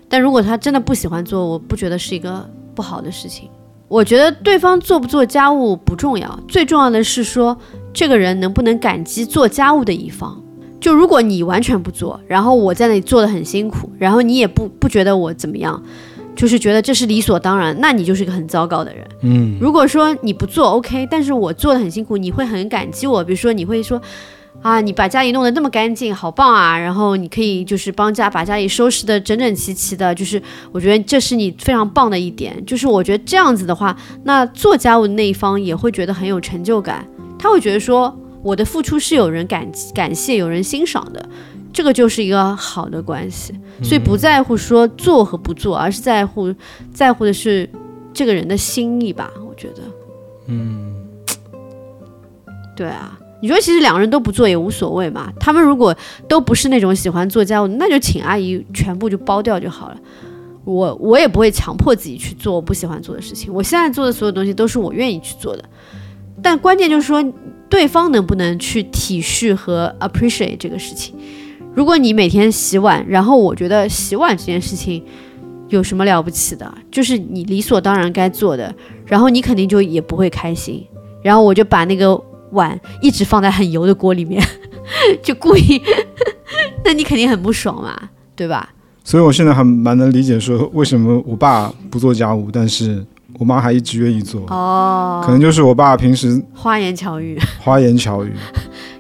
S1: 但如果他真的不喜欢做，我不觉得是一个不好的事情。我觉得对方做不做家务不重要，最重要的是说这个人能不能感激做家务的一方。就如果你完全不做，然后我在那里做的很辛苦，然后你也不不觉得我怎么样，就是觉得这是理所当然，那你就是一个很糟糕的人。
S2: 嗯，
S1: 如果说你不做 OK，但是我做的很辛苦，你会很感激我。比如说你会说，啊，你把家里弄得那么干净，好棒啊！然后你可以就是帮家把家里收拾的整整齐齐的，就是我觉得这是你非常棒的一点。就是我觉得这样子的话，那做家务的那一方也会觉得很有成就感，他会觉得说我的付出是有人感激感谢、有人欣赏的。这个就是一个好的关系，所以不在乎说做和不做，而是在乎在乎的是这个人的心意吧，我觉得。嗯，对啊，你说其实两个人都不做也无所谓嘛。他们如果都不是那种喜欢做家务，那就请阿姨全部就包掉就好了。我我也不会强迫自己去做我不喜欢做的事情。我现在做的所有东西都是我愿意去做的，但关键就是说对方能不能去体恤和 appreciate 这个事情。如果你每天洗碗，然后我觉得洗碗这件事情有什么了不起的？就是你理所当然该做的，然后你肯定就也不会开心。然后我就把那个碗一直放在很油的锅里面， (laughs) 就故意，那你肯定很不爽嘛，对吧？
S2: 所以我现在还蛮能理解说为什么我爸不做家务，但是我妈还一直愿意做。
S1: 哦，
S2: 可能就是我爸平时
S1: 花言巧语， (laughs)
S2: 花言巧语。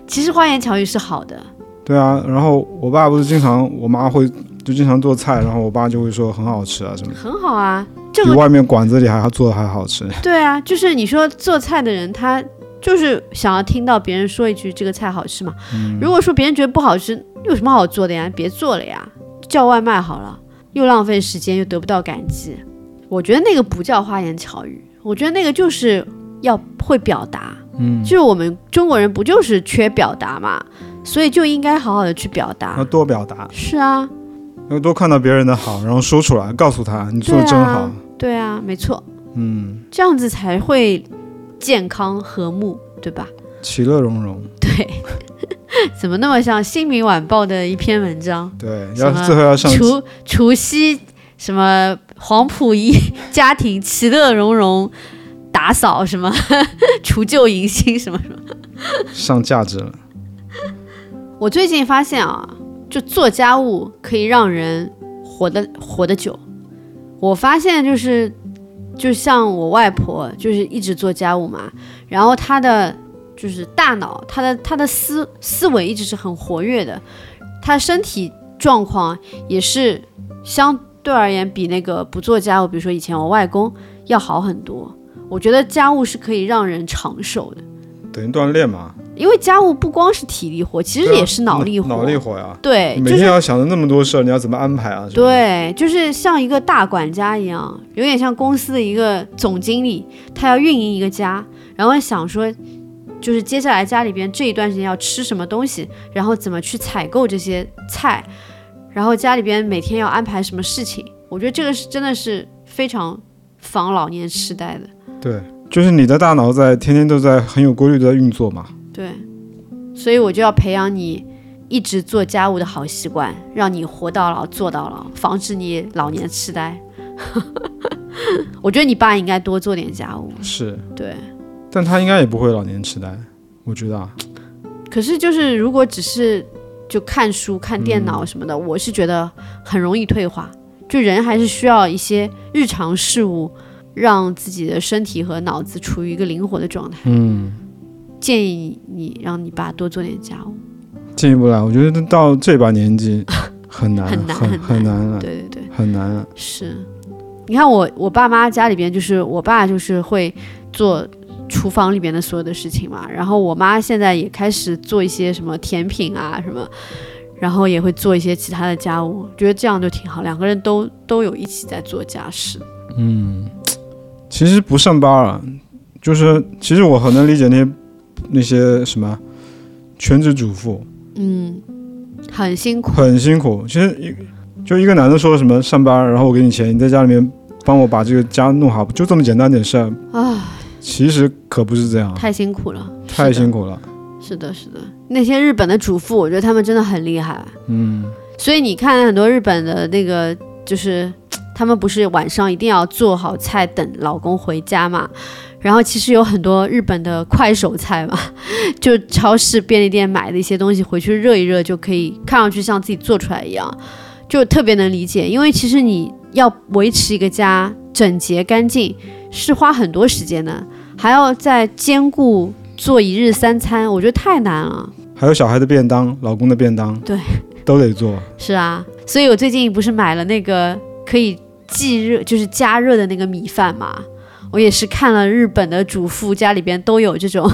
S1: 其实花言巧语是好的，
S2: 对啊，然后我爸不是经常，我妈会就经常做菜，然后我爸就会说很好吃啊什么的，
S1: 很好啊。这
S2: 比
S1: 个
S2: 外面馆子里还做的还好吃。
S1: 对啊，就是你说做菜的人，他就是想要听到别人说一句这个菜好吃嘛。如果说别人觉得不好吃，有什么好做的呀？别做了呀，叫外卖好了，又浪费时间，又得不到感激。我觉得那个不叫花言巧语，我觉得那个就是要会表达。嗯，就是我们中国人不就是缺表达嘛，所以就应该好好的去表达。
S2: 要多表达，
S1: 是啊，
S2: 要多看到别人的好，然后说出来，告诉他你做的真好。
S1: 对啊，没错，
S2: 嗯，
S1: 这样子才会健康和睦，对吧？
S2: 其乐融融。
S1: (laughs) 对，怎么那么像《新民晚报》的一篇文章？
S2: 对，
S1: 什
S2: 要
S1: 么
S2: 最后要上
S1: 除除夕什么黄埔一家庭其乐融融，打扫什么 (laughs) 除旧迎新什么什么。
S2: 上价值了。
S1: 我最近发现啊，就做家务可以让人活得活得久。我发现就是，就像我外婆就是一直做家务嘛，然后她的就是大脑，她的她的思思维一直是很活跃的，她身体状况也是相对而言比那个不做家务，比如说以前我外公要好很多。我觉得家务是可以让人长寿的，
S2: 等于锻炼嘛，
S1: 因为家务不光是体力活，其实
S2: 对啊
S1: 也是脑力活。
S2: 脑力活呀。
S1: 对，
S2: 你每
S1: 就
S2: 天
S1: 是
S2: 要想着那么多事儿，你要怎么安排啊？什么的，
S1: 对，就是像一个大管家一样，有点像公司的一个总经理，他要运营一个家，然后想说，就是接下来家里边这一段时间要吃什么东西，然后怎么去采购这些菜，然后家里边每天要安排什么事情。我觉得这个是真的是非常防老年痴呆的，
S2: 对，就是你的大脑在天天都在很有规律的运作嘛。
S1: 对，所以我就要培养你。一直做家务的好习惯，让你活到老做到老，防止你老年痴呆。 (laughs) 我觉得你爸应该多做点家务，
S2: 是，
S1: 对。
S2: 但他应该也不会老年痴呆，我觉得啊，
S1: 可是就是如果只是就看书、看电脑什么的，我是觉得很容易退化。就人还是需要一些日常事物，让自己的身体和脑子处于一个灵活的状态。
S2: 嗯，
S1: 建议你让你爸多做点家务。
S2: 进一步来，我觉得到这把年纪很难，
S1: 很
S2: 很
S1: 难很
S2: 很难了，
S1: 对对对，
S2: 很难啊了。
S1: 是。你看我我爸妈家里边就是我爸就是会做厨房里边的所有的事情嘛，然后我妈现在也开始做一些什么甜品啊什么，然后也会做一些其他的家务，觉得这样就挺好，两个人都都有一起在做家事。
S2: 嗯，其实不上班啊，就是其实我很能理解那些那些什么全职主妇
S1: 嗯，很辛苦。
S2: 很辛苦。其实一就一个男的说什么上班，然后我给你钱，你在家里面帮我把这个家弄好，就这么简单点事儿
S1: 啊，
S2: 其实可不是这样，
S1: 太辛苦了，
S2: 太辛
S1: 苦。
S2: 苦了。
S1: 是的，是的，那些日本的主妇，我觉得他们真的很厉害。
S2: 嗯，
S1: 所以你看很多日本的那个，就是他们不是晚上一定要做好菜等老公回家嘛？然后其实有很多日本的快手菜嘛， (laughs) 就超市、便利店买的一些东西，回去热一热就可以，看上去像自己做出来一样，就特别能理解。因为其实你要维持一个家整洁干净，是花很多时间的，还要再兼顾做一日三餐，我觉得太难了。
S2: 还有小孩的便当，老公的便当，
S1: 对，
S2: 都得做。
S1: 是啊，所以我最近不是买了那个可以即热，就是加热的那个米饭嘛。我也是看了日本的主妇家里边都有这种 (laughs)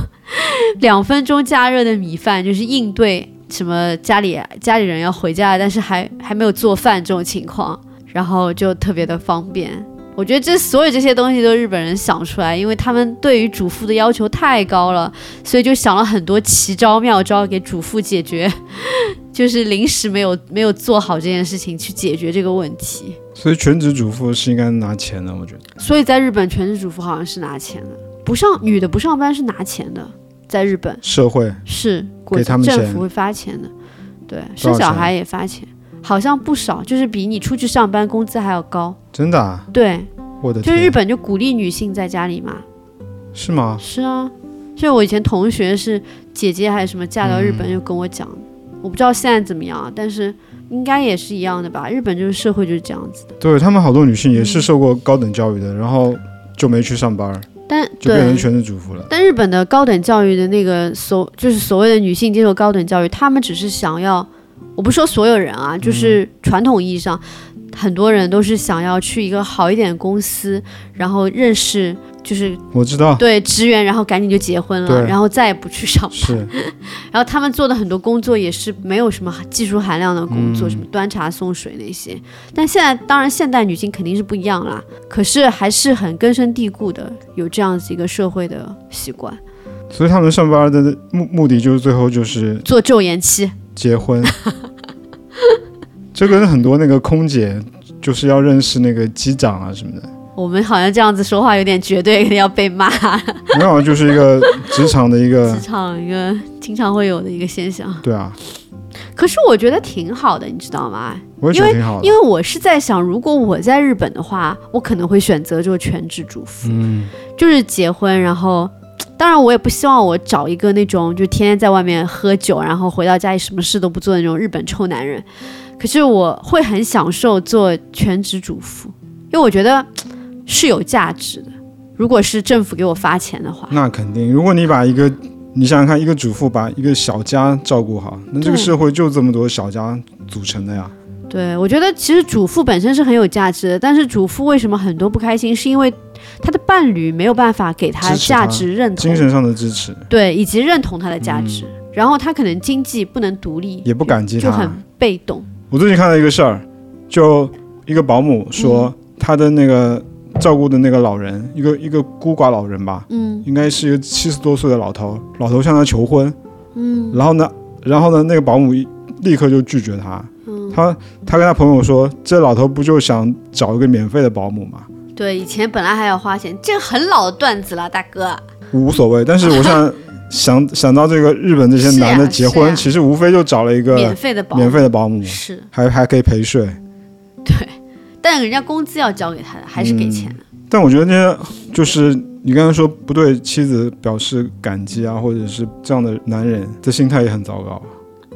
S1: 两分钟加热的米饭，就是应对什么家里家里人要回家，但是还还没有做饭这种情况，然后就特别的方便。我觉得这所有这些东西都是日本人想出来，因为他们对于主妇的要求太高了，所以就想了很多奇招妙招给主妇解决。就是临时没有没有做好这件事情去解决这个问题，
S2: 所以全职主妇是应该拿钱的，我觉得。
S1: 所以在日本全职主妇好像是拿钱的，不上女的不上班是拿钱的，在日本
S2: 社会
S1: 是国
S2: 给他们
S1: 政
S2: 钱
S1: 府会发钱的，对，
S2: 多
S1: 生
S2: 少
S1: 小
S2: 钱
S1: 孩也发钱，好像不少，就是比你出去上班工资还要高。
S2: 真的、啊，
S1: 对，
S2: 我的
S1: 就
S2: 天，
S1: 是日本就鼓励女性在家里嘛，
S2: 是吗？
S1: 是啊，就我以前同学是姐姐还是什么嫁到日
S2: 嗯
S1: 本就跟我讲，我不知道现在怎么样啊，但是应该也是一样的吧，日本就是社会就是这样子。
S2: 对他们好多女性也是受过高等教育的，然后就没去上班，
S1: 但
S2: 就变成
S1: 对，
S2: 全职主妇了。
S1: 但日本的高等教育的那个所就是所谓的女性接受高等教育，他们只是想要，我不说所有人啊，
S2: 嗯
S1: 就是传统意义上，很多人都是想要去一个好一点的公司，然后认识就是
S2: 我知道，
S1: 对职员，然后赶紧就结婚了，
S2: 对
S1: 然后再也不去上班。
S2: 是
S1: 然后他们做的很多工作也是没有什么技术含量的工作，什么端茶送水那些。但现在当然现代女性肯定是不一样啦，可是还是很根深蒂固的有这样子一个社会的习惯，
S2: 所以他们上班的目目的就是最后就是
S1: 做昼颜期。(laughs)
S2: 结婚。这跟很多那个空姐就是要认识那个机长啊什么的，
S1: 我们好像这样子说话有点绝对，肯定要被骂。
S2: 没有啊，就是一个职场的一
S1: (laughs)
S2: 个
S1: 职场一个经常会有的一个现象，
S2: 对啊，
S1: 可是我觉得挺好的，你知道吗？
S2: 我也觉得挺好的
S1: 因。为我是在想，如果我在日本的话，我可能会选择做全职主妇。
S2: 嗯，
S1: 就是结婚，然后当然我也不希望我找一个那种就天天在外面喝酒，然后回到家里什么事都不做的那种日本臭男人。可是我会很享受做全职主妇，因为我觉得是有价值的。如果是政府给我发钱的话，
S2: 那肯定。如果你把一个，你想想看，一个主妇把一个小家照顾好，那这个
S1: 对
S2: 社会就这么多小家组成的呀。
S1: 对我觉得其实主妇本身是很有价值的。但是主妇为什么很多不开心，是因为她的伴侣没有办法给她
S2: 支持她
S1: 价值认同
S2: 精，神上的支持
S1: 对，以及认同她的价值。然后她可能经济不能独立，
S2: 嗯也不感激
S1: 就
S2: 她。
S1: 很被动。
S2: 我最近看到一个事儿，就一个保姆说，
S1: 嗯
S2: 她的那个照顾的那个老人，一个一个孤寡老人吧，
S1: 嗯
S2: 应该是一个七十多岁的老头，老头向她求婚，
S1: 嗯
S2: 然后呢，然后呢，那个保姆一立刻就拒绝他，
S1: 嗯
S2: 他他跟他朋友说，这老头不就想找一个免费的保姆吗？，
S1: 对，以前本来还要花钱，这个很老的段子了，大哥。
S2: 无所谓，但是
S1: (laughs)
S2: 我想想想到这个日本这些
S1: 是呀啊
S2: 男的结
S1: 是
S2: 婚，
S1: 呀
S2: 其实无非就找了一个
S1: 免费的保姆
S2: 免费的保姆，
S1: 是，
S2: 还还可以陪睡，
S1: 对，但人家工资要交给他的，还是给
S2: 嗯
S1: 钱的。
S2: 但我觉得那些就是你刚才说不对妻子表示感激啊，或者是这样的男人，这心态也很糟糕。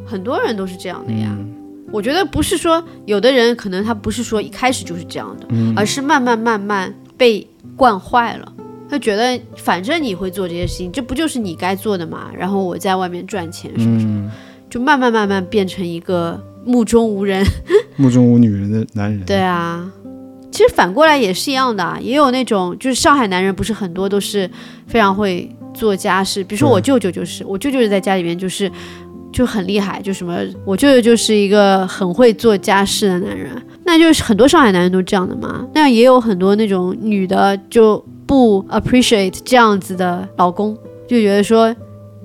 S1: 很多人都是这样的呀。我觉得不是说有的人可能他不是说一开始就是这样的，而是慢慢慢慢被惯坏了。他觉得反正你会做这些事情，这不就是你该做的嘛？然后我在外面赚钱什么什么，就慢慢慢慢变成一个目中无人。
S2: 目中无女人的男人，
S1: 对啊，其实反过来也是一样的啊，也有那种就是上海男人，不是很多都是非常会做家事，比如说我舅舅就是，我舅舅在家里面就是就很厉害，就什么我舅舅就是一个很会做家事的男人，那就是很多上海男人都这样的嘛，那也有很多那种女的就不 appreciate 这样子的老公，就觉得说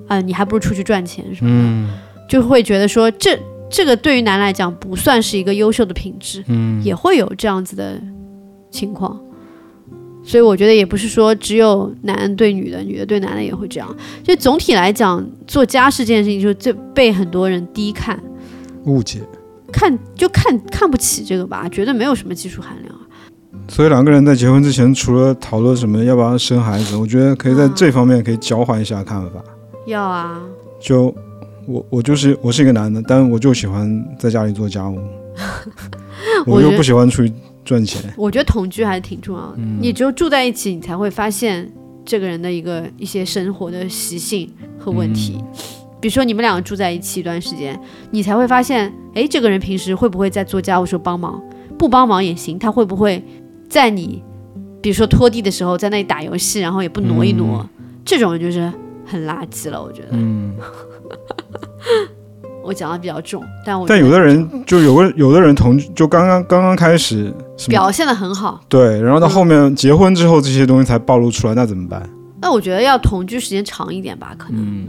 S1: 啊、你还不如出去赚钱什么的，就会觉得说这这个对于男来讲不算是一个优秀的品质，嗯，也会有这样子的情况。所以我觉得也不是说只有男对女的，女的对男的也会这样。就总体来讲，做家事这件事情就最被很多人低看，
S2: 误解。
S1: 看就看看不起这个吧，觉得没有什么技术含量啊。
S2: 所以两个人在结婚之前，除了讨论什么要不要生孩子，我觉得可以在这方面可以交换一下看法。
S1: 要啊，
S2: 就我我就是我是一个男的，但我就喜欢在家里做家
S1: (laughs)
S2: 务，
S1: 我
S2: 我
S1: 觉
S2: 就
S1: 得
S2: 不喜欢出去赚钱。
S1: 我觉得同居还是挺重要的。
S2: 嗯
S1: 你只有住在一起，你才会发现这个人的一个一些生活的习性和问题。
S2: 嗯
S1: 比如说你们两个住在一起一段时间，你才会发现，哎，这个人平时会不会在做家务时候帮忙？不帮忙也行，他会不会在你，比如说拖地的时候在那里打游戏，然后也不挪一挪？这种人就是很垃圾了，我觉得。
S2: 嗯，
S1: (laughs) 我讲的比较重，但我
S2: 但
S1: 觉得
S2: 有的人就有个有的人同就刚刚刚刚开始什么
S1: 表现的很好，
S2: 对，然后到后面结婚之后这些东西才暴露出来，那怎么办？
S1: 那我觉得要同居时间长一点吧，可能。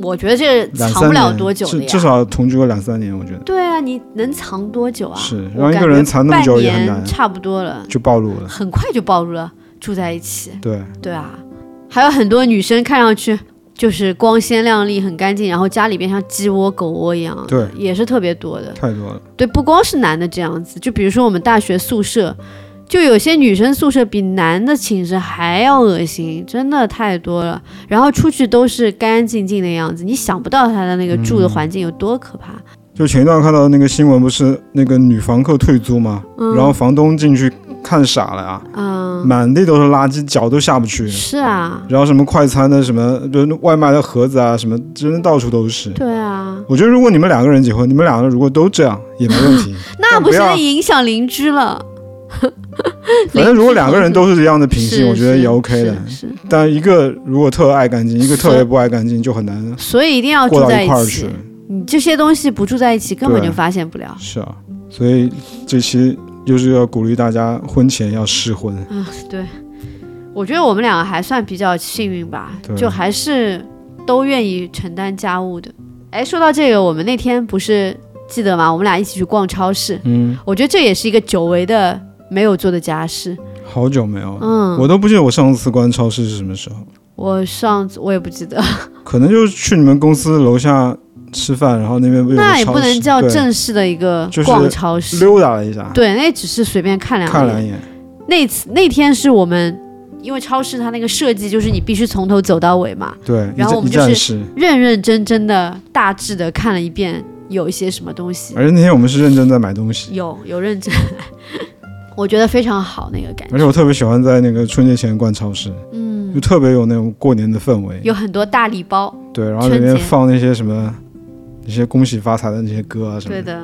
S1: 我觉得这
S2: 嗯两
S1: 藏不
S2: 三
S1: 了
S2: 年，
S1: 多久的
S2: 至
S1: 呀。
S2: 至少同居个两三年，我觉得
S1: 对啊，你能藏多久啊？
S2: 是
S1: 我
S2: 让一
S1: 感
S2: 个
S1: 觉
S2: 人藏那么久
S1: 半
S2: 也很
S1: 年
S2: 难
S1: 差不多了，
S2: 就暴露了。
S1: 很快就暴露了，住在一起。
S2: 对，
S1: 对啊，还有很多女生看上去就是光鲜亮丽、很干净，然后家里边像鸡窝、狗窝一样，
S2: 对，
S1: 也是特别多的。
S2: 太多了。
S1: 对，不光是男的这样子，就比如说我们大学宿舍，就有些女生宿舍比男的寝室还要恶心，真的太多了。然后出去都是干干净净的样子，你想不到他的那个住
S2: 嗯
S1: 的环境有多可怕。嗯
S2: 就前一段看到那个新闻，不是那个女房客退租吗？
S1: 嗯，
S2: 然后房东进去看傻了啊，
S1: 嗯，
S2: 满地都是垃圾，脚都下不去。
S1: 是啊，
S2: 然后什么快餐的什么，就是外卖的盒子啊，什么真的到处都是。
S1: 对啊，
S2: 我觉得如果你们两个人结婚，你们两个如果都这样也没问
S1: (laughs)
S2: 题。
S1: 那
S2: 但
S1: 不
S2: 不
S1: 是
S2: 要
S1: 影响邻居了？
S2: 反正如果两个人都是一样的品
S1: 是
S2: 性，我觉得
S1: 是
S2: 也 OK 的。
S1: 是是
S2: 但一个如果特爱
S1: (laughs)
S2: 干净，一个特别不爱干净，就很难
S1: 所以一定要
S2: 过
S1: 住
S2: 到
S1: 在
S2: 一块儿
S1: 起
S2: 去。。
S1: 你这些东西不住在一起，根本
S2: 对
S1: 就发现不了。
S2: 是啊，所以这期就是要鼓励大家婚前要试婚。
S1: 嗯，对，我觉得我们两个还算比较幸运吧，
S2: 对
S1: 就还是都愿意承担家务的。哎，说到这个，我们那天不是记得吗？我们俩一起去逛超市，
S2: 嗯，
S1: 我觉得这也是一个久违的没有做的家事。
S2: 好久没有了，
S1: 嗯，
S2: 我都不记得我上次逛超市是什么时候，
S1: 我上次我也不记得，
S2: 可能就是去你们公司楼下吃饭，然后那边不有个
S1: 那也
S2: 超
S1: 不能
S2: 市
S1: 叫
S2: 对
S1: 正式的一个
S2: 就是
S1: 逛超市。
S2: 溜达了一下，
S1: 对，那只是随便看两
S2: 看
S1: 眼
S2: 两眼，
S1: 那次那天是我们，因为超市它那个设计就是你必须从头走到尾嘛，
S2: 对，一
S1: 然后我
S2: 站
S1: 们
S2: 一
S1: 就是
S2: 站式。
S1: 认认真真的大致的看了一遍，有一些什么东西，
S2: 而且那天我们是认真在买东西，
S1: 有有认真， (laughs) 我觉得非常好那个感
S2: 而且
S1: 觉，
S2: 我特别喜欢在那个春节前逛超市，嗯，就特别有那种过年的氛围，
S1: 有很多大礼包，
S2: 对，然后里
S1: 春
S2: 面
S1: 节
S2: 放那些什么那些恭喜发财的那些歌啊什么
S1: 对的。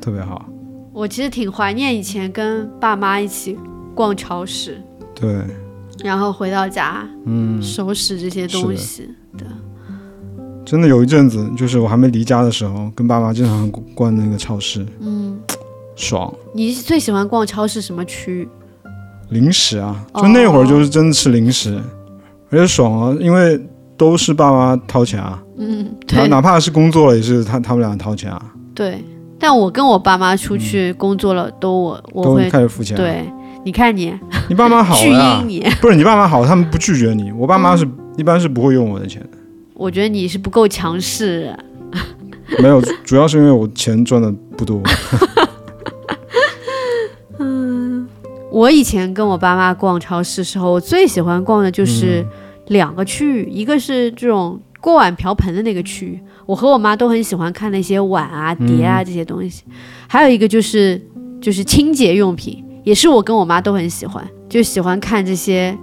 S2: 特别好，
S1: 我其实挺怀念以前跟爸妈一起逛超市，
S2: 对，
S1: 然后回到家，
S2: 嗯，
S1: 收拾这些东西。
S2: 真的有一阵子，就是我还没离家的时候，跟爸妈经常逛那个超市，嗯，爽。
S1: 你最喜欢逛超市什么区域？
S2: 零食啊，
S1: 哦
S2: 就那会儿就是真的吃零食，而且爽啊，因为都是爸妈掏钱啊，
S1: 嗯，
S2: 哪
S1: 对
S2: 哪怕是工作了也是他他们俩掏钱啊，
S1: 对。但我跟我爸妈出去工作了，都我我
S2: 嗯都
S1: 会
S2: 开始付钱、，
S1: 对，你看你
S2: 你爸妈好啊
S1: 巨
S2: 呀、
S1: 婴嗯你，
S2: (laughs)
S1: (laughs)
S2: 不是你爸妈好，他们不拒绝你，我爸妈是、一般是不会用我的钱的，
S1: 我觉得你是不够强势。
S2: 没有，主要是因为我钱赚的不多，
S1: 我以前跟我爸妈逛超市时候，我最喜欢逛的就是两个区域，一个是这种锅碗瓢盆的那个区域，我和我妈都很喜欢看那些碗啊、碟啊这些东西；还有一个就是就是清洁用品，也是我跟我妈都很喜欢，就喜欢看这些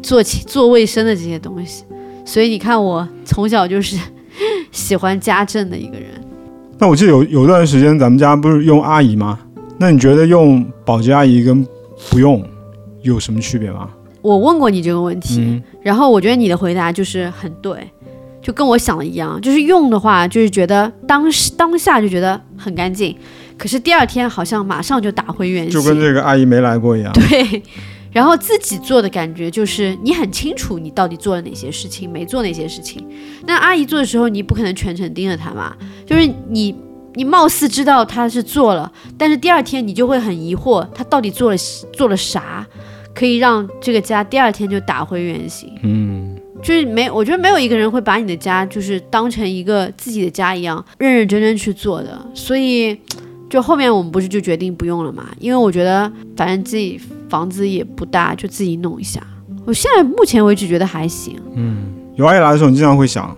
S1: 做清做卫生的这些东西。所以你看，我从小就是 (laughs) 喜欢家政的一个人。
S2: (laughs) 那我记得有有段时间咱们家不是用阿姨吗？那你觉得用保洁阿姨跟不用有什么区别吗？
S1: 我问过你这个问题，
S2: 嗯
S1: 然后我觉得你的回答就是很对，就跟我想的一样，就是用的话，就是觉得当时当下就觉得很干净，可是第二天好像马上就打回原
S2: 就跟
S1: 形。
S2: 这个阿姨没来过一样。
S1: 对，然后自己做的感觉就是你很清楚你到底做了哪些事情，没做哪些事情。那阿姨做的时候，你不可能全程盯着她嘛，就是你。你貌似知道她是做了，但是第二天你就会很疑惑，她到底做了做了啥，可以让这个家第二天就打回原形。
S2: 嗯，
S1: 就是没，我觉得没有一个人会把你的家就是当成一个自己的家一样认认真真去做的。所以，就后面我们不是就决定不用了嘛？因为我觉得反正自己房子也不大，就自己弄一下。我现在目前为止觉得还行，
S2: 有阿姨来的时候，你经常会想，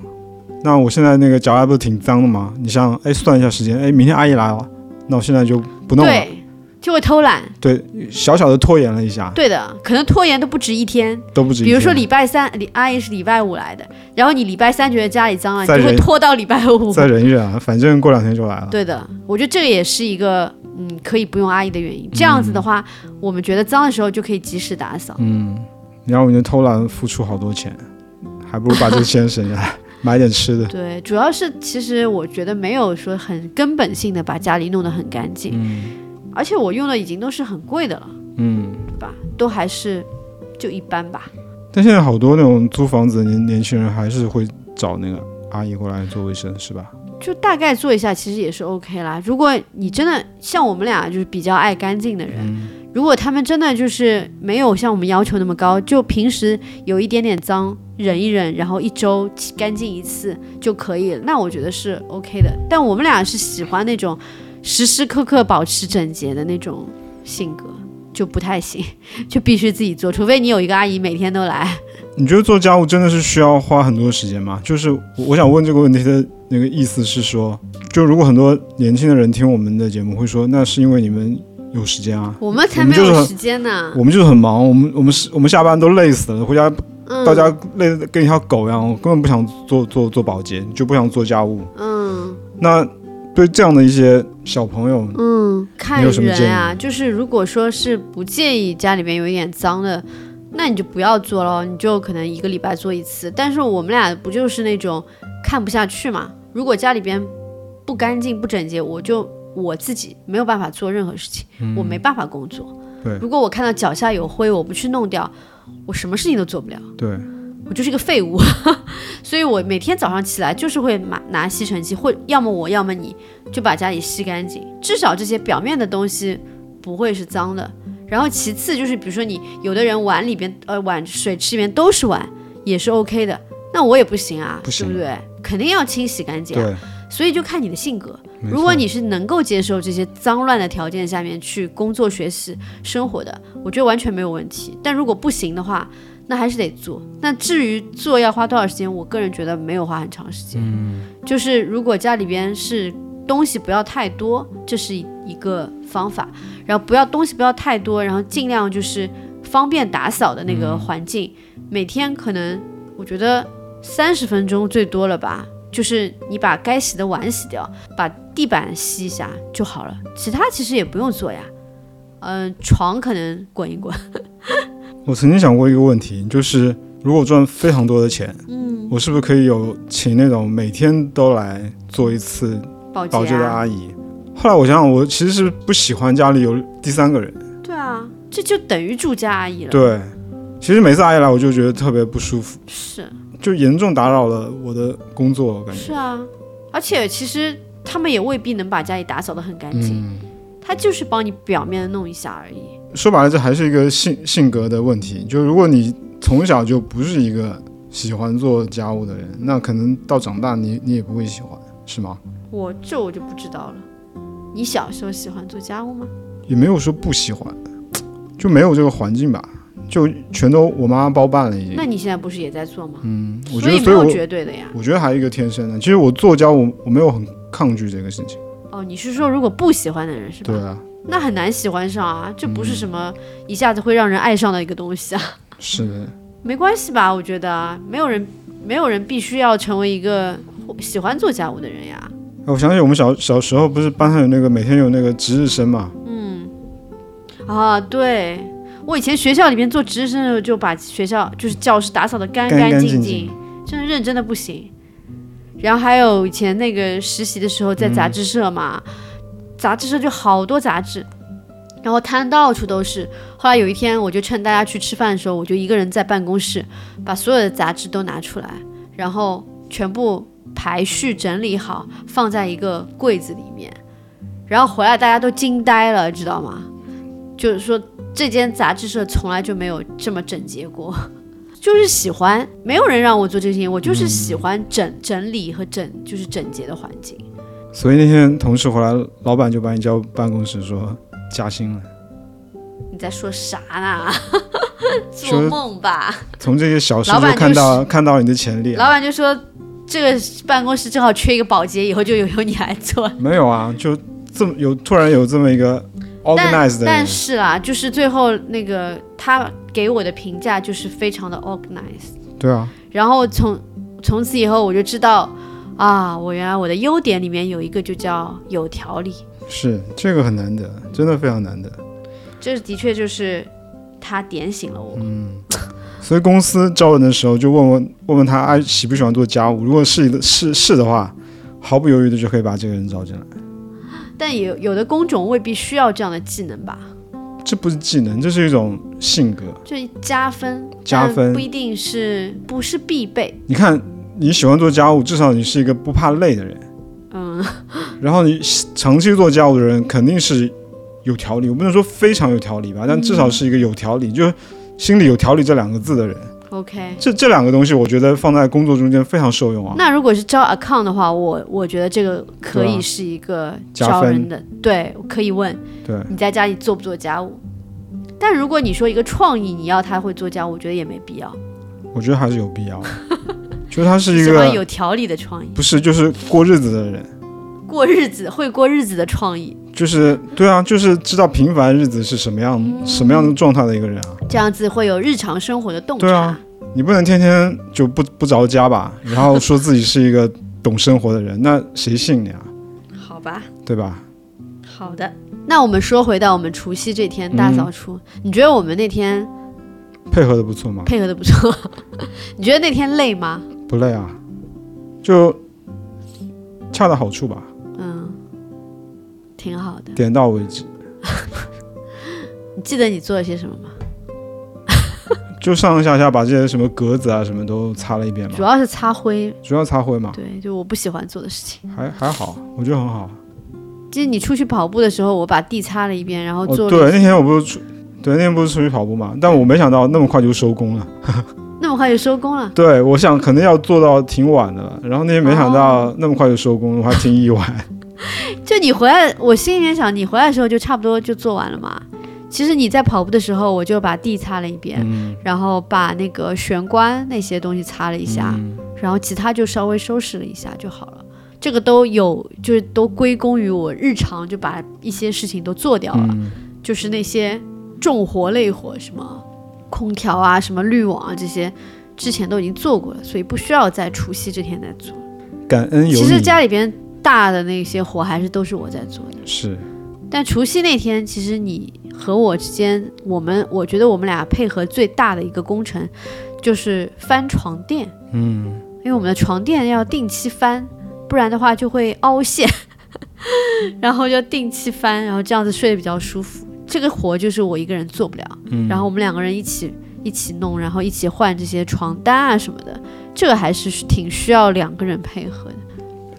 S2: 那我现在那个脚丫不是挺脏的吗？你想，哎，算一下时间，哎，明天阿姨来了，那我现在就不弄了。
S1: 对，就会偷懒。
S2: 对，小小的拖延了一下，
S1: 对的，可能拖延都不止一天。
S2: 都不止一
S1: 比
S2: 天。
S1: 如说礼拜三，礼阿姨是礼拜五来的，然后你礼拜三觉得家里脏了，
S2: 再
S1: 你就会
S2: 忍
S1: 拖到礼拜五。
S2: 再忍一忍啊，反正过两天就来了。
S1: 对的，我觉得这个也是一个嗯可以不用阿姨的原因。这样子的话，我们觉得脏的时候就可以及时打扫。
S2: 嗯，然后你就偷懒付出好多钱，还不如把这个钱省下来 (laughs) 买点吃的。
S1: 对，主要是其实我觉得没有说很根本性的把家里弄得很干净，
S2: 嗯
S1: 而且我用的已经都是很贵的了，
S2: 嗯，
S1: 对吧？都还是就一般吧。
S2: 但现在好多那种租房子的年年轻人还是会找那个阿姨过来做卫生，是吧？
S1: 就大概做一下，其实也是 OK 啦。如果你真的像我们俩，就是比较爱干净的人，
S2: 嗯
S1: 如果他们真的就是没有像我们要求那么高，就平时有一点点脏，忍一忍，然后一周清干净一次就可以了，那我觉得是 OK 的。但我们俩是喜欢那种时时刻刻保持整洁的那种性格，就不太行，就必须自己做，除非你有一个阿姨每天都来。
S2: 你觉得做家务真的是需要花很多时间吗？就是我我想问这个问题的那个意思是说，就如果很多年轻的人听我们的节目会说，那是因为你们有时间啊，
S1: 我们才
S2: 我
S1: 没
S2: 们就是
S1: 有
S2: 很
S1: 时间呢。
S2: 我们就是很忙，我们我们是我们下班都累死了，回家
S1: 嗯，
S2: 到家累得跟一条狗一样，我根本不想做做做保洁，就不想做家务。
S1: 嗯。
S2: 那对这样的一些小朋友，
S1: 嗯，看
S2: 你有什么建
S1: 人
S2: 议
S1: 啊，就是如果说是不介意家里面有一点脏的，那你就不要做了，你就可能一个礼拜做一次。但是我们俩不就是那种看不下去嘛？如果家里边不干净、不整洁，我就我自己没有办法做任何事情，我没办法工作。
S2: 嗯对
S1: 如果我看到脚下有灰，我不去弄掉，我什么事情都做不了。
S2: 对，
S1: 我就是个废物， (laughs) 所以我每天早上起来就是会拿拿吸尘器，或要么我，要么你，就把家里吸干净，至少这些表面的东西不会是脏的。然后其次就是，比如说你有的人碗里边呃碗水池里面都是碗，也是 OK 的，那我也不行啊，
S2: 不行
S1: 对不对？肯定要清洗干净、啊。
S2: 对，
S1: 所以就看你的性格。
S2: 没
S1: 如果
S2: 错
S1: 你是能够接受这些脏乱的条件下面去工作、学习、生活的，我觉得完全没有问题。但如果不行的话，那还是得做。那至于做要花多少时间，我个人觉得没有花很长时间。
S2: 嗯
S1: 就是如果家里边是东西不要太多，这是一一个方法。然后不要东西不要太多，然后尽量就是方便打扫的那个
S2: 嗯
S1: 环境，每天可能我觉得三十分钟最多了吧。就是你把该洗的碗洗掉，把地板吸一下就好了，其他其实也不用做呀。嗯、床可能滚一滚， (laughs)
S2: 我曾经想过一个问题，就是如果我赚非常多的钱，嗯，我是不是可以有请那种每天都来做一次
S1: 保洁、啊、
S2: 保洁的阿姨？后来我想想，我其实是不喜欢家里有第三个人。
S1: 对啊，这就等于住家阿姨了。
S2: 对，其实每次阿姨来，我就觉得特别不舒服，
S1: 是
S2: 就严重打扰了我的工作，我感觉。
S1: 是啊，而且其实他们也未必能把家里打扫得很干净，
S2: 嗯，
S1: 他就是帮你表面弄一下而已。
S2: 说白了，这还是一个性性格的问题。就如果你从小就不是一个喜欢做家务的人，那可能到长大你你也不会喜欢，是吗？
S1: 我这我就不知道了。你小时候喜欢做家务吗？
S2: 也没有说不喜欢，就没有这个环境吧，就全都我妈包办了已经
S1: 那。你现在不是也在做吗？
S2: 嗯，我觉
S1: 所
S2: 得，
S1: 以没
S2: 所以
S1: 有
S2: 我
S1: 绝对的呀。
S2: 我觉得还有一个天生的。其实我做家务，我没有很抗拒这个事情。
S1: 哦，你是说如果不喜欢的人是吧？
S2: 对啊，
S1: 那很难喜欢上啊，这不是什么一下子会让人爱上的一个东西啊。 (laughs)
S2: 是的，
S1: 没关系吧？我觉得啊，没有人没有人必须要成为一个喜欢做家务的人呀。
S2: 哎我想起我们小小时候，不是班上有那个每天有那个值日生嘛，
S1: 啊，对我以前学校里面做值日生的时候，就把学校就是教室打扫的干
S2: 干干
S1: 净
S2: 净净
S1: 真的认真的不行。然后还有以前那个实习的时候在杂志社嘛，杂志社就好多杂志，然后摊到处都是。后来有一天，我就趁大家去吃饭的时候，我就一个人在办公室把所有的杂志都拿出来，然后全部排序整理好，放在一个柜子里面。然后回来大家都惊呆了，知道吗？就是说这间杂志社从来就没有这么整洁过， (laughs) 就是喜欢，没有人让我做这些事情，我就是喜欢整、整理和整就是整洁的环境。
S2: 所以那天同事回来，老板就把你叫办公室说加薪了。
S1: 你在说啥呢？ (laughs) 做
S2: 说
S1: 梦吧！
S2: 从这些小事
S1: 老
S2: 就
S1: 板
S2: 看
S1: 就
S2: 到、看到你的潜力、
S1: 老
S2: 啊。
S1: 板就说这个办公室正好缺一个保洁，以后就由由你来做。
S2: 没有啊，就这么有突然有这么一个
S1: 但
S2: organized 的人
S1: 但，是啊，就是最后那个他给我的评价就是非常的 organized，
S2: 对啊，
S1: 然后从从此以后我就知道啊，我原来我的优点里面有一个就叫有条理，
S2: 是这个很难得，真的非常难得。
S1: 这的确就是他点醒了我。
S2: 嗯所以公司招人的时候就问问问问他爱喜不喜欢做家务，如果是的是是的话，毫不犹豫的就可以把这个人招进来。
S1: 但有有的工种未必需要这样的技能吧，
S2: 这不是技能，这是一种性格。
S1: 就是加分，
S2: 加
S1: 但
S2: 分
S1: 不一定是不是必备。
S2: 你看你喜欢做家务，至少你是一个不怕累的人。
S1: 嗯，
S2: 然后你长期做家务的人肯定是有条理，我不能说非常有条
S1: 嗯
S2: 理吧，但至少是一个有条理，就是心里有条理这两个字的人。
S1: OK。
S2: 这这两个东西，我觉得放在工作中间非常受用啊。
S1: 那如果是招 account 的话，我我觉得这个可
S2: 对
S1: 以
S2: 啊
S1: 是一个
S2: 加
S1: 招
S2: 分
S1: 人的，
S2: 啊
S1: 对，我可以问
S2: 对，
S1: 你在家里做不做家务。但如果你说一个创意，你要他会做家务，我觉得也没必要。
S2: 我觉得还是有必
S1: (laughs)
S2: 要的。就是他是一
S1: 喜欢
S2: 个
S1: 有条理的创意，
S2: 不是就是过日子的人，
S1: 过日子会过日子的创意，
S2: 就是对啊，就是知道平凡日子是什么样、
S1: 嗯
S2: 什么样的状态的一个人啊。
S1: 这样子会有日常生活的洞察。
S2: 对啊你不能天天就不不着家吧，然后说自己是一个懂生活的人，那谁信你啊？
S1: 好吧，
S2: 对吧？
S1: 好的。那我们说回到我们除夕这天大扫除，嗯你觉得我们那天
S2: 配合的不错嘛，
S1: 配合的不错？ (laughs) 你觉得那天累吗？
S2: 不累啊，就恰到好处吧，
S1: 嗯，挺好的。
S2: 点到为止。
S1: 你记得你做了些什么吗？
S2: 就上上下下把这些什么格子啊什么都擦了一遍嘛
S1: 主，要是擦灰，
S2: 主要擦灰嘛，
S1: 对，就我不喜欢做的事情。
S2: 还还好，我觉得很好。
S1: 就是你出去跑步的时候，我把地擦了一遍，然后
S2: 哦，
S1: 做了、
S2: 对，那天我不是出，对，那天不是出去跑步嘛，但我没想到那么快就收工了。
S1: 那么快就收工了。
S2: 对，我想可能要做到挺晚的了，然后那天没想到
S1: 哦
S2: 那么快就收工了，我还挺意外。 (laughs)
S1: 就你回来，我心里面想，你回来的时候就差不多就做完了嘛。其实你在跑步的时候，我就把地擦了一遍，
S2: 嗯，
S1: 然后把那个玄关那些东西擦了一下，
S2: 嗯
S1: 然后其他就稍微收拾了一下就好了。这个都有，就是都归功于我日常就把一些事情都做掉了，
S2: 嗯
S1: 就是那些重活累活，什么空调啊、什么滤网啊这些，之前都已经做过了，所以不需要在除夕这天再做。
S2: 感恩有
S1: 其
S2: 你。
S1: 实家里边大的那些活还是都是我在做的，
S2: 是
S1: 但除夕那天，其实你和我之间，我们我觉得我们俩配合最大的一个工程就是翻床垫，
S2: 嗯，
S1: 因为我们的床垫要定期翻，不然的话就会凹陷， (laughs) 然后就定期翻，然后这样子睡得比较舒服。这个活就是我一个人做不了，
S2: 嗯
S1: 然后我们两个人一起一起弄，然后一起换这些床单啊什么的，这个还是挺需要两个人配合的。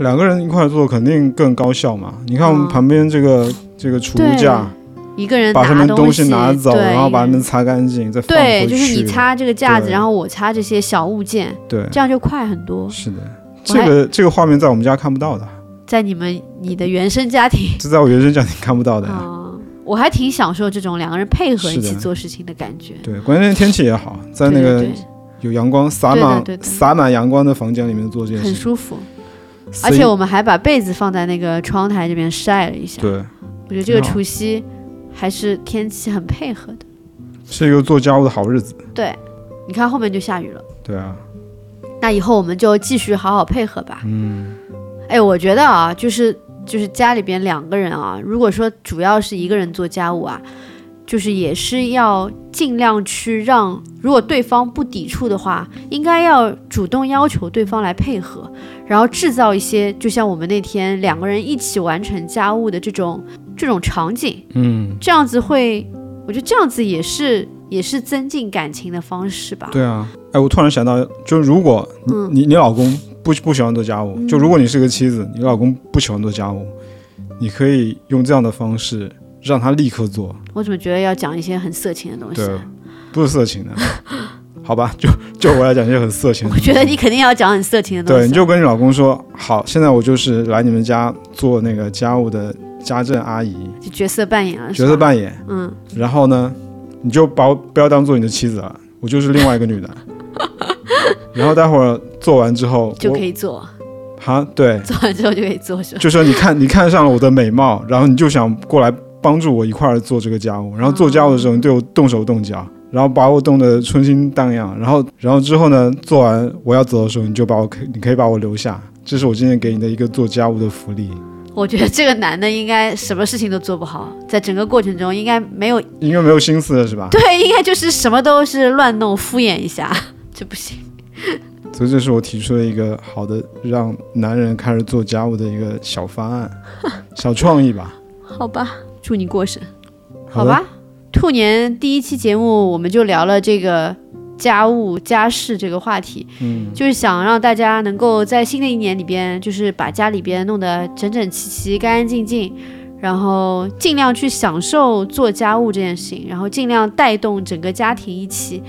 S2: 两个人一块做肯定更高效嘛。你看我
S1: 嗯
S2: 们旁边这个、这个储物
S1: 对
S2: 架，
S1: 一个人
S2: 把上面
S1: 东
S2: 西拿走，
S1: 对
S2: 然后
S1: 一个
S2: 把它
S1: 人
S2: 们擦干净，再放回
S1: 对，
S2: 去。
S1: 就是你擦这个架子，
S2: 对
S1: 然后我擦这些小物件，
S2: 对，
S1: 这样就快很多。
S2: 是的。
S1: 我
S2: 这
S1: 还
S2: 个这个画面在我们家看不到的，
S1: 在你们你的原生家庭
S2: 这在我原生家庭看不到的呀。
S1: 啊、我还挺享受这种两个人配合
S2: 是
S1: 一
S2: 的
S1: 起做事情的感觉。
S2: 对，关键天气也好，在
S1: 对
S2: 那个
S1: 对
S2: 有阳光洒
S1: 对的
S2: 满
S1: 对的
S2: 洒满阳光的房间里面做这
S1: 对
S2: 件
S1: 很
S2: 事情，
S1: 舒服，
S2: 所
S1: 而
S2: 以
S1: 且我们还把被子放在那个窗台这边晒了一下。
S2: 对
S1: 我觉得这个
S2: 挺好
S1: 除夕还是天气很配合的。
S2: 是一个做家务的好日子。
S1: 对，你看后面就下雨了。
S2: 对啊，
S1: 那以后我们就继续好好配合吧。嗯，哎，我觉得啊，就是就是家里边两个人啊，如果说主要是一个人做家务啊，就是也是要尽量去让，如果对方不抵触的话，应该要主动要求对方来配合，然后制造一些就像我们那天两个人一起完成家务的这种这种场景。
S2: 嗯，
S1: 这样子会，我觉得这样子也是也是增进感情的方式吧。
S2: 对啊。哎，我突然想到，就是如果你、
S1: 嗯
S2: 你你老公不不喜欢做家务，就如果你是个妻子，你老公不喜欢做家务，你可以用这样的方式让他立刻做，
S1: 我怎么觉得要讲一些很色情的东西啊？
S2: 对，不是色情的， (laughs) 好吧？就就我来讲一些很色情的
S1: 我觉得你肯定要讲很色情的东西。啊
S2: 对，你就跟你老公说，好，现在我就是来你们家做那个家务的家政阿姨，
S1: 就角色扮演啊，
S2: 角色
S1: 演，
S2: 扮演。
S1: 嗯，
S2: 然后呢，你就把我不要当做你的妻子了，我就是另外一个女
S1: (laughs)
S2: 的。然后待会儿做完之后，
S1: 就
S2: 我
S1: 可以做，
S2: 哈，对，
S1: 做完之后就可以做 (laughs) 是吧？
S2: 就说你看你看上了我的美貌，然后你就想过来帮助我一块儿做这个家务，然后做家务的时候你对我动手动脚。然后把我动得春心荡漾，然后，然后之后呢？做完我要走的时候，你就把我可，你可以把我留下，这是我今天给你的一个做家务的
S1: (laughs)
S2: 福利。
S1: 我觉得这个男的应该什么事情都做不好，在整个过程中应该没有，
S2: 应该没有心思了是吧？
S1: 对，应该就是什么都是乱弄敷衍一下， (laughs) 这不行。
S2: 所以这是我提出的一个好的让男人开始做家务的一个小方案、小创意吧。
S1: 好吧，祝你过审，
S2: 好
S1: 好
S2: 的
S1: 吧。兔年第一期节目我们就聊了这个家务家事这个话题，
S2: 嗯，
S1: 就是想让大家能够在新的一年里边，就是把家里边弄得整整齐齐、干干净净，然后尽量去享受做家务这件事情，然后尽量带动整个家庭一起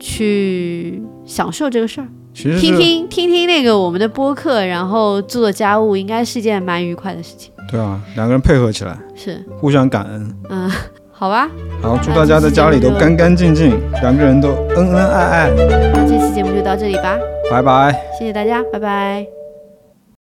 S1: 去享受这个事儿。
S2: 其实是
S1: 听听听听那个我们的播客，然后做做家务，应该是一件蛮愉快的事情。
S2: 对啊，两个人配合起来，
S1: 是，
S2: 互相感恩。
S1: 嗯，好吧，
S2: 好，祝大家在家里都干干净净，两个人都恩恩爱爱。
S1: 那这期节目就到这里吧，
S2: 拜拜。
S1: 谢谢大家，拜拜。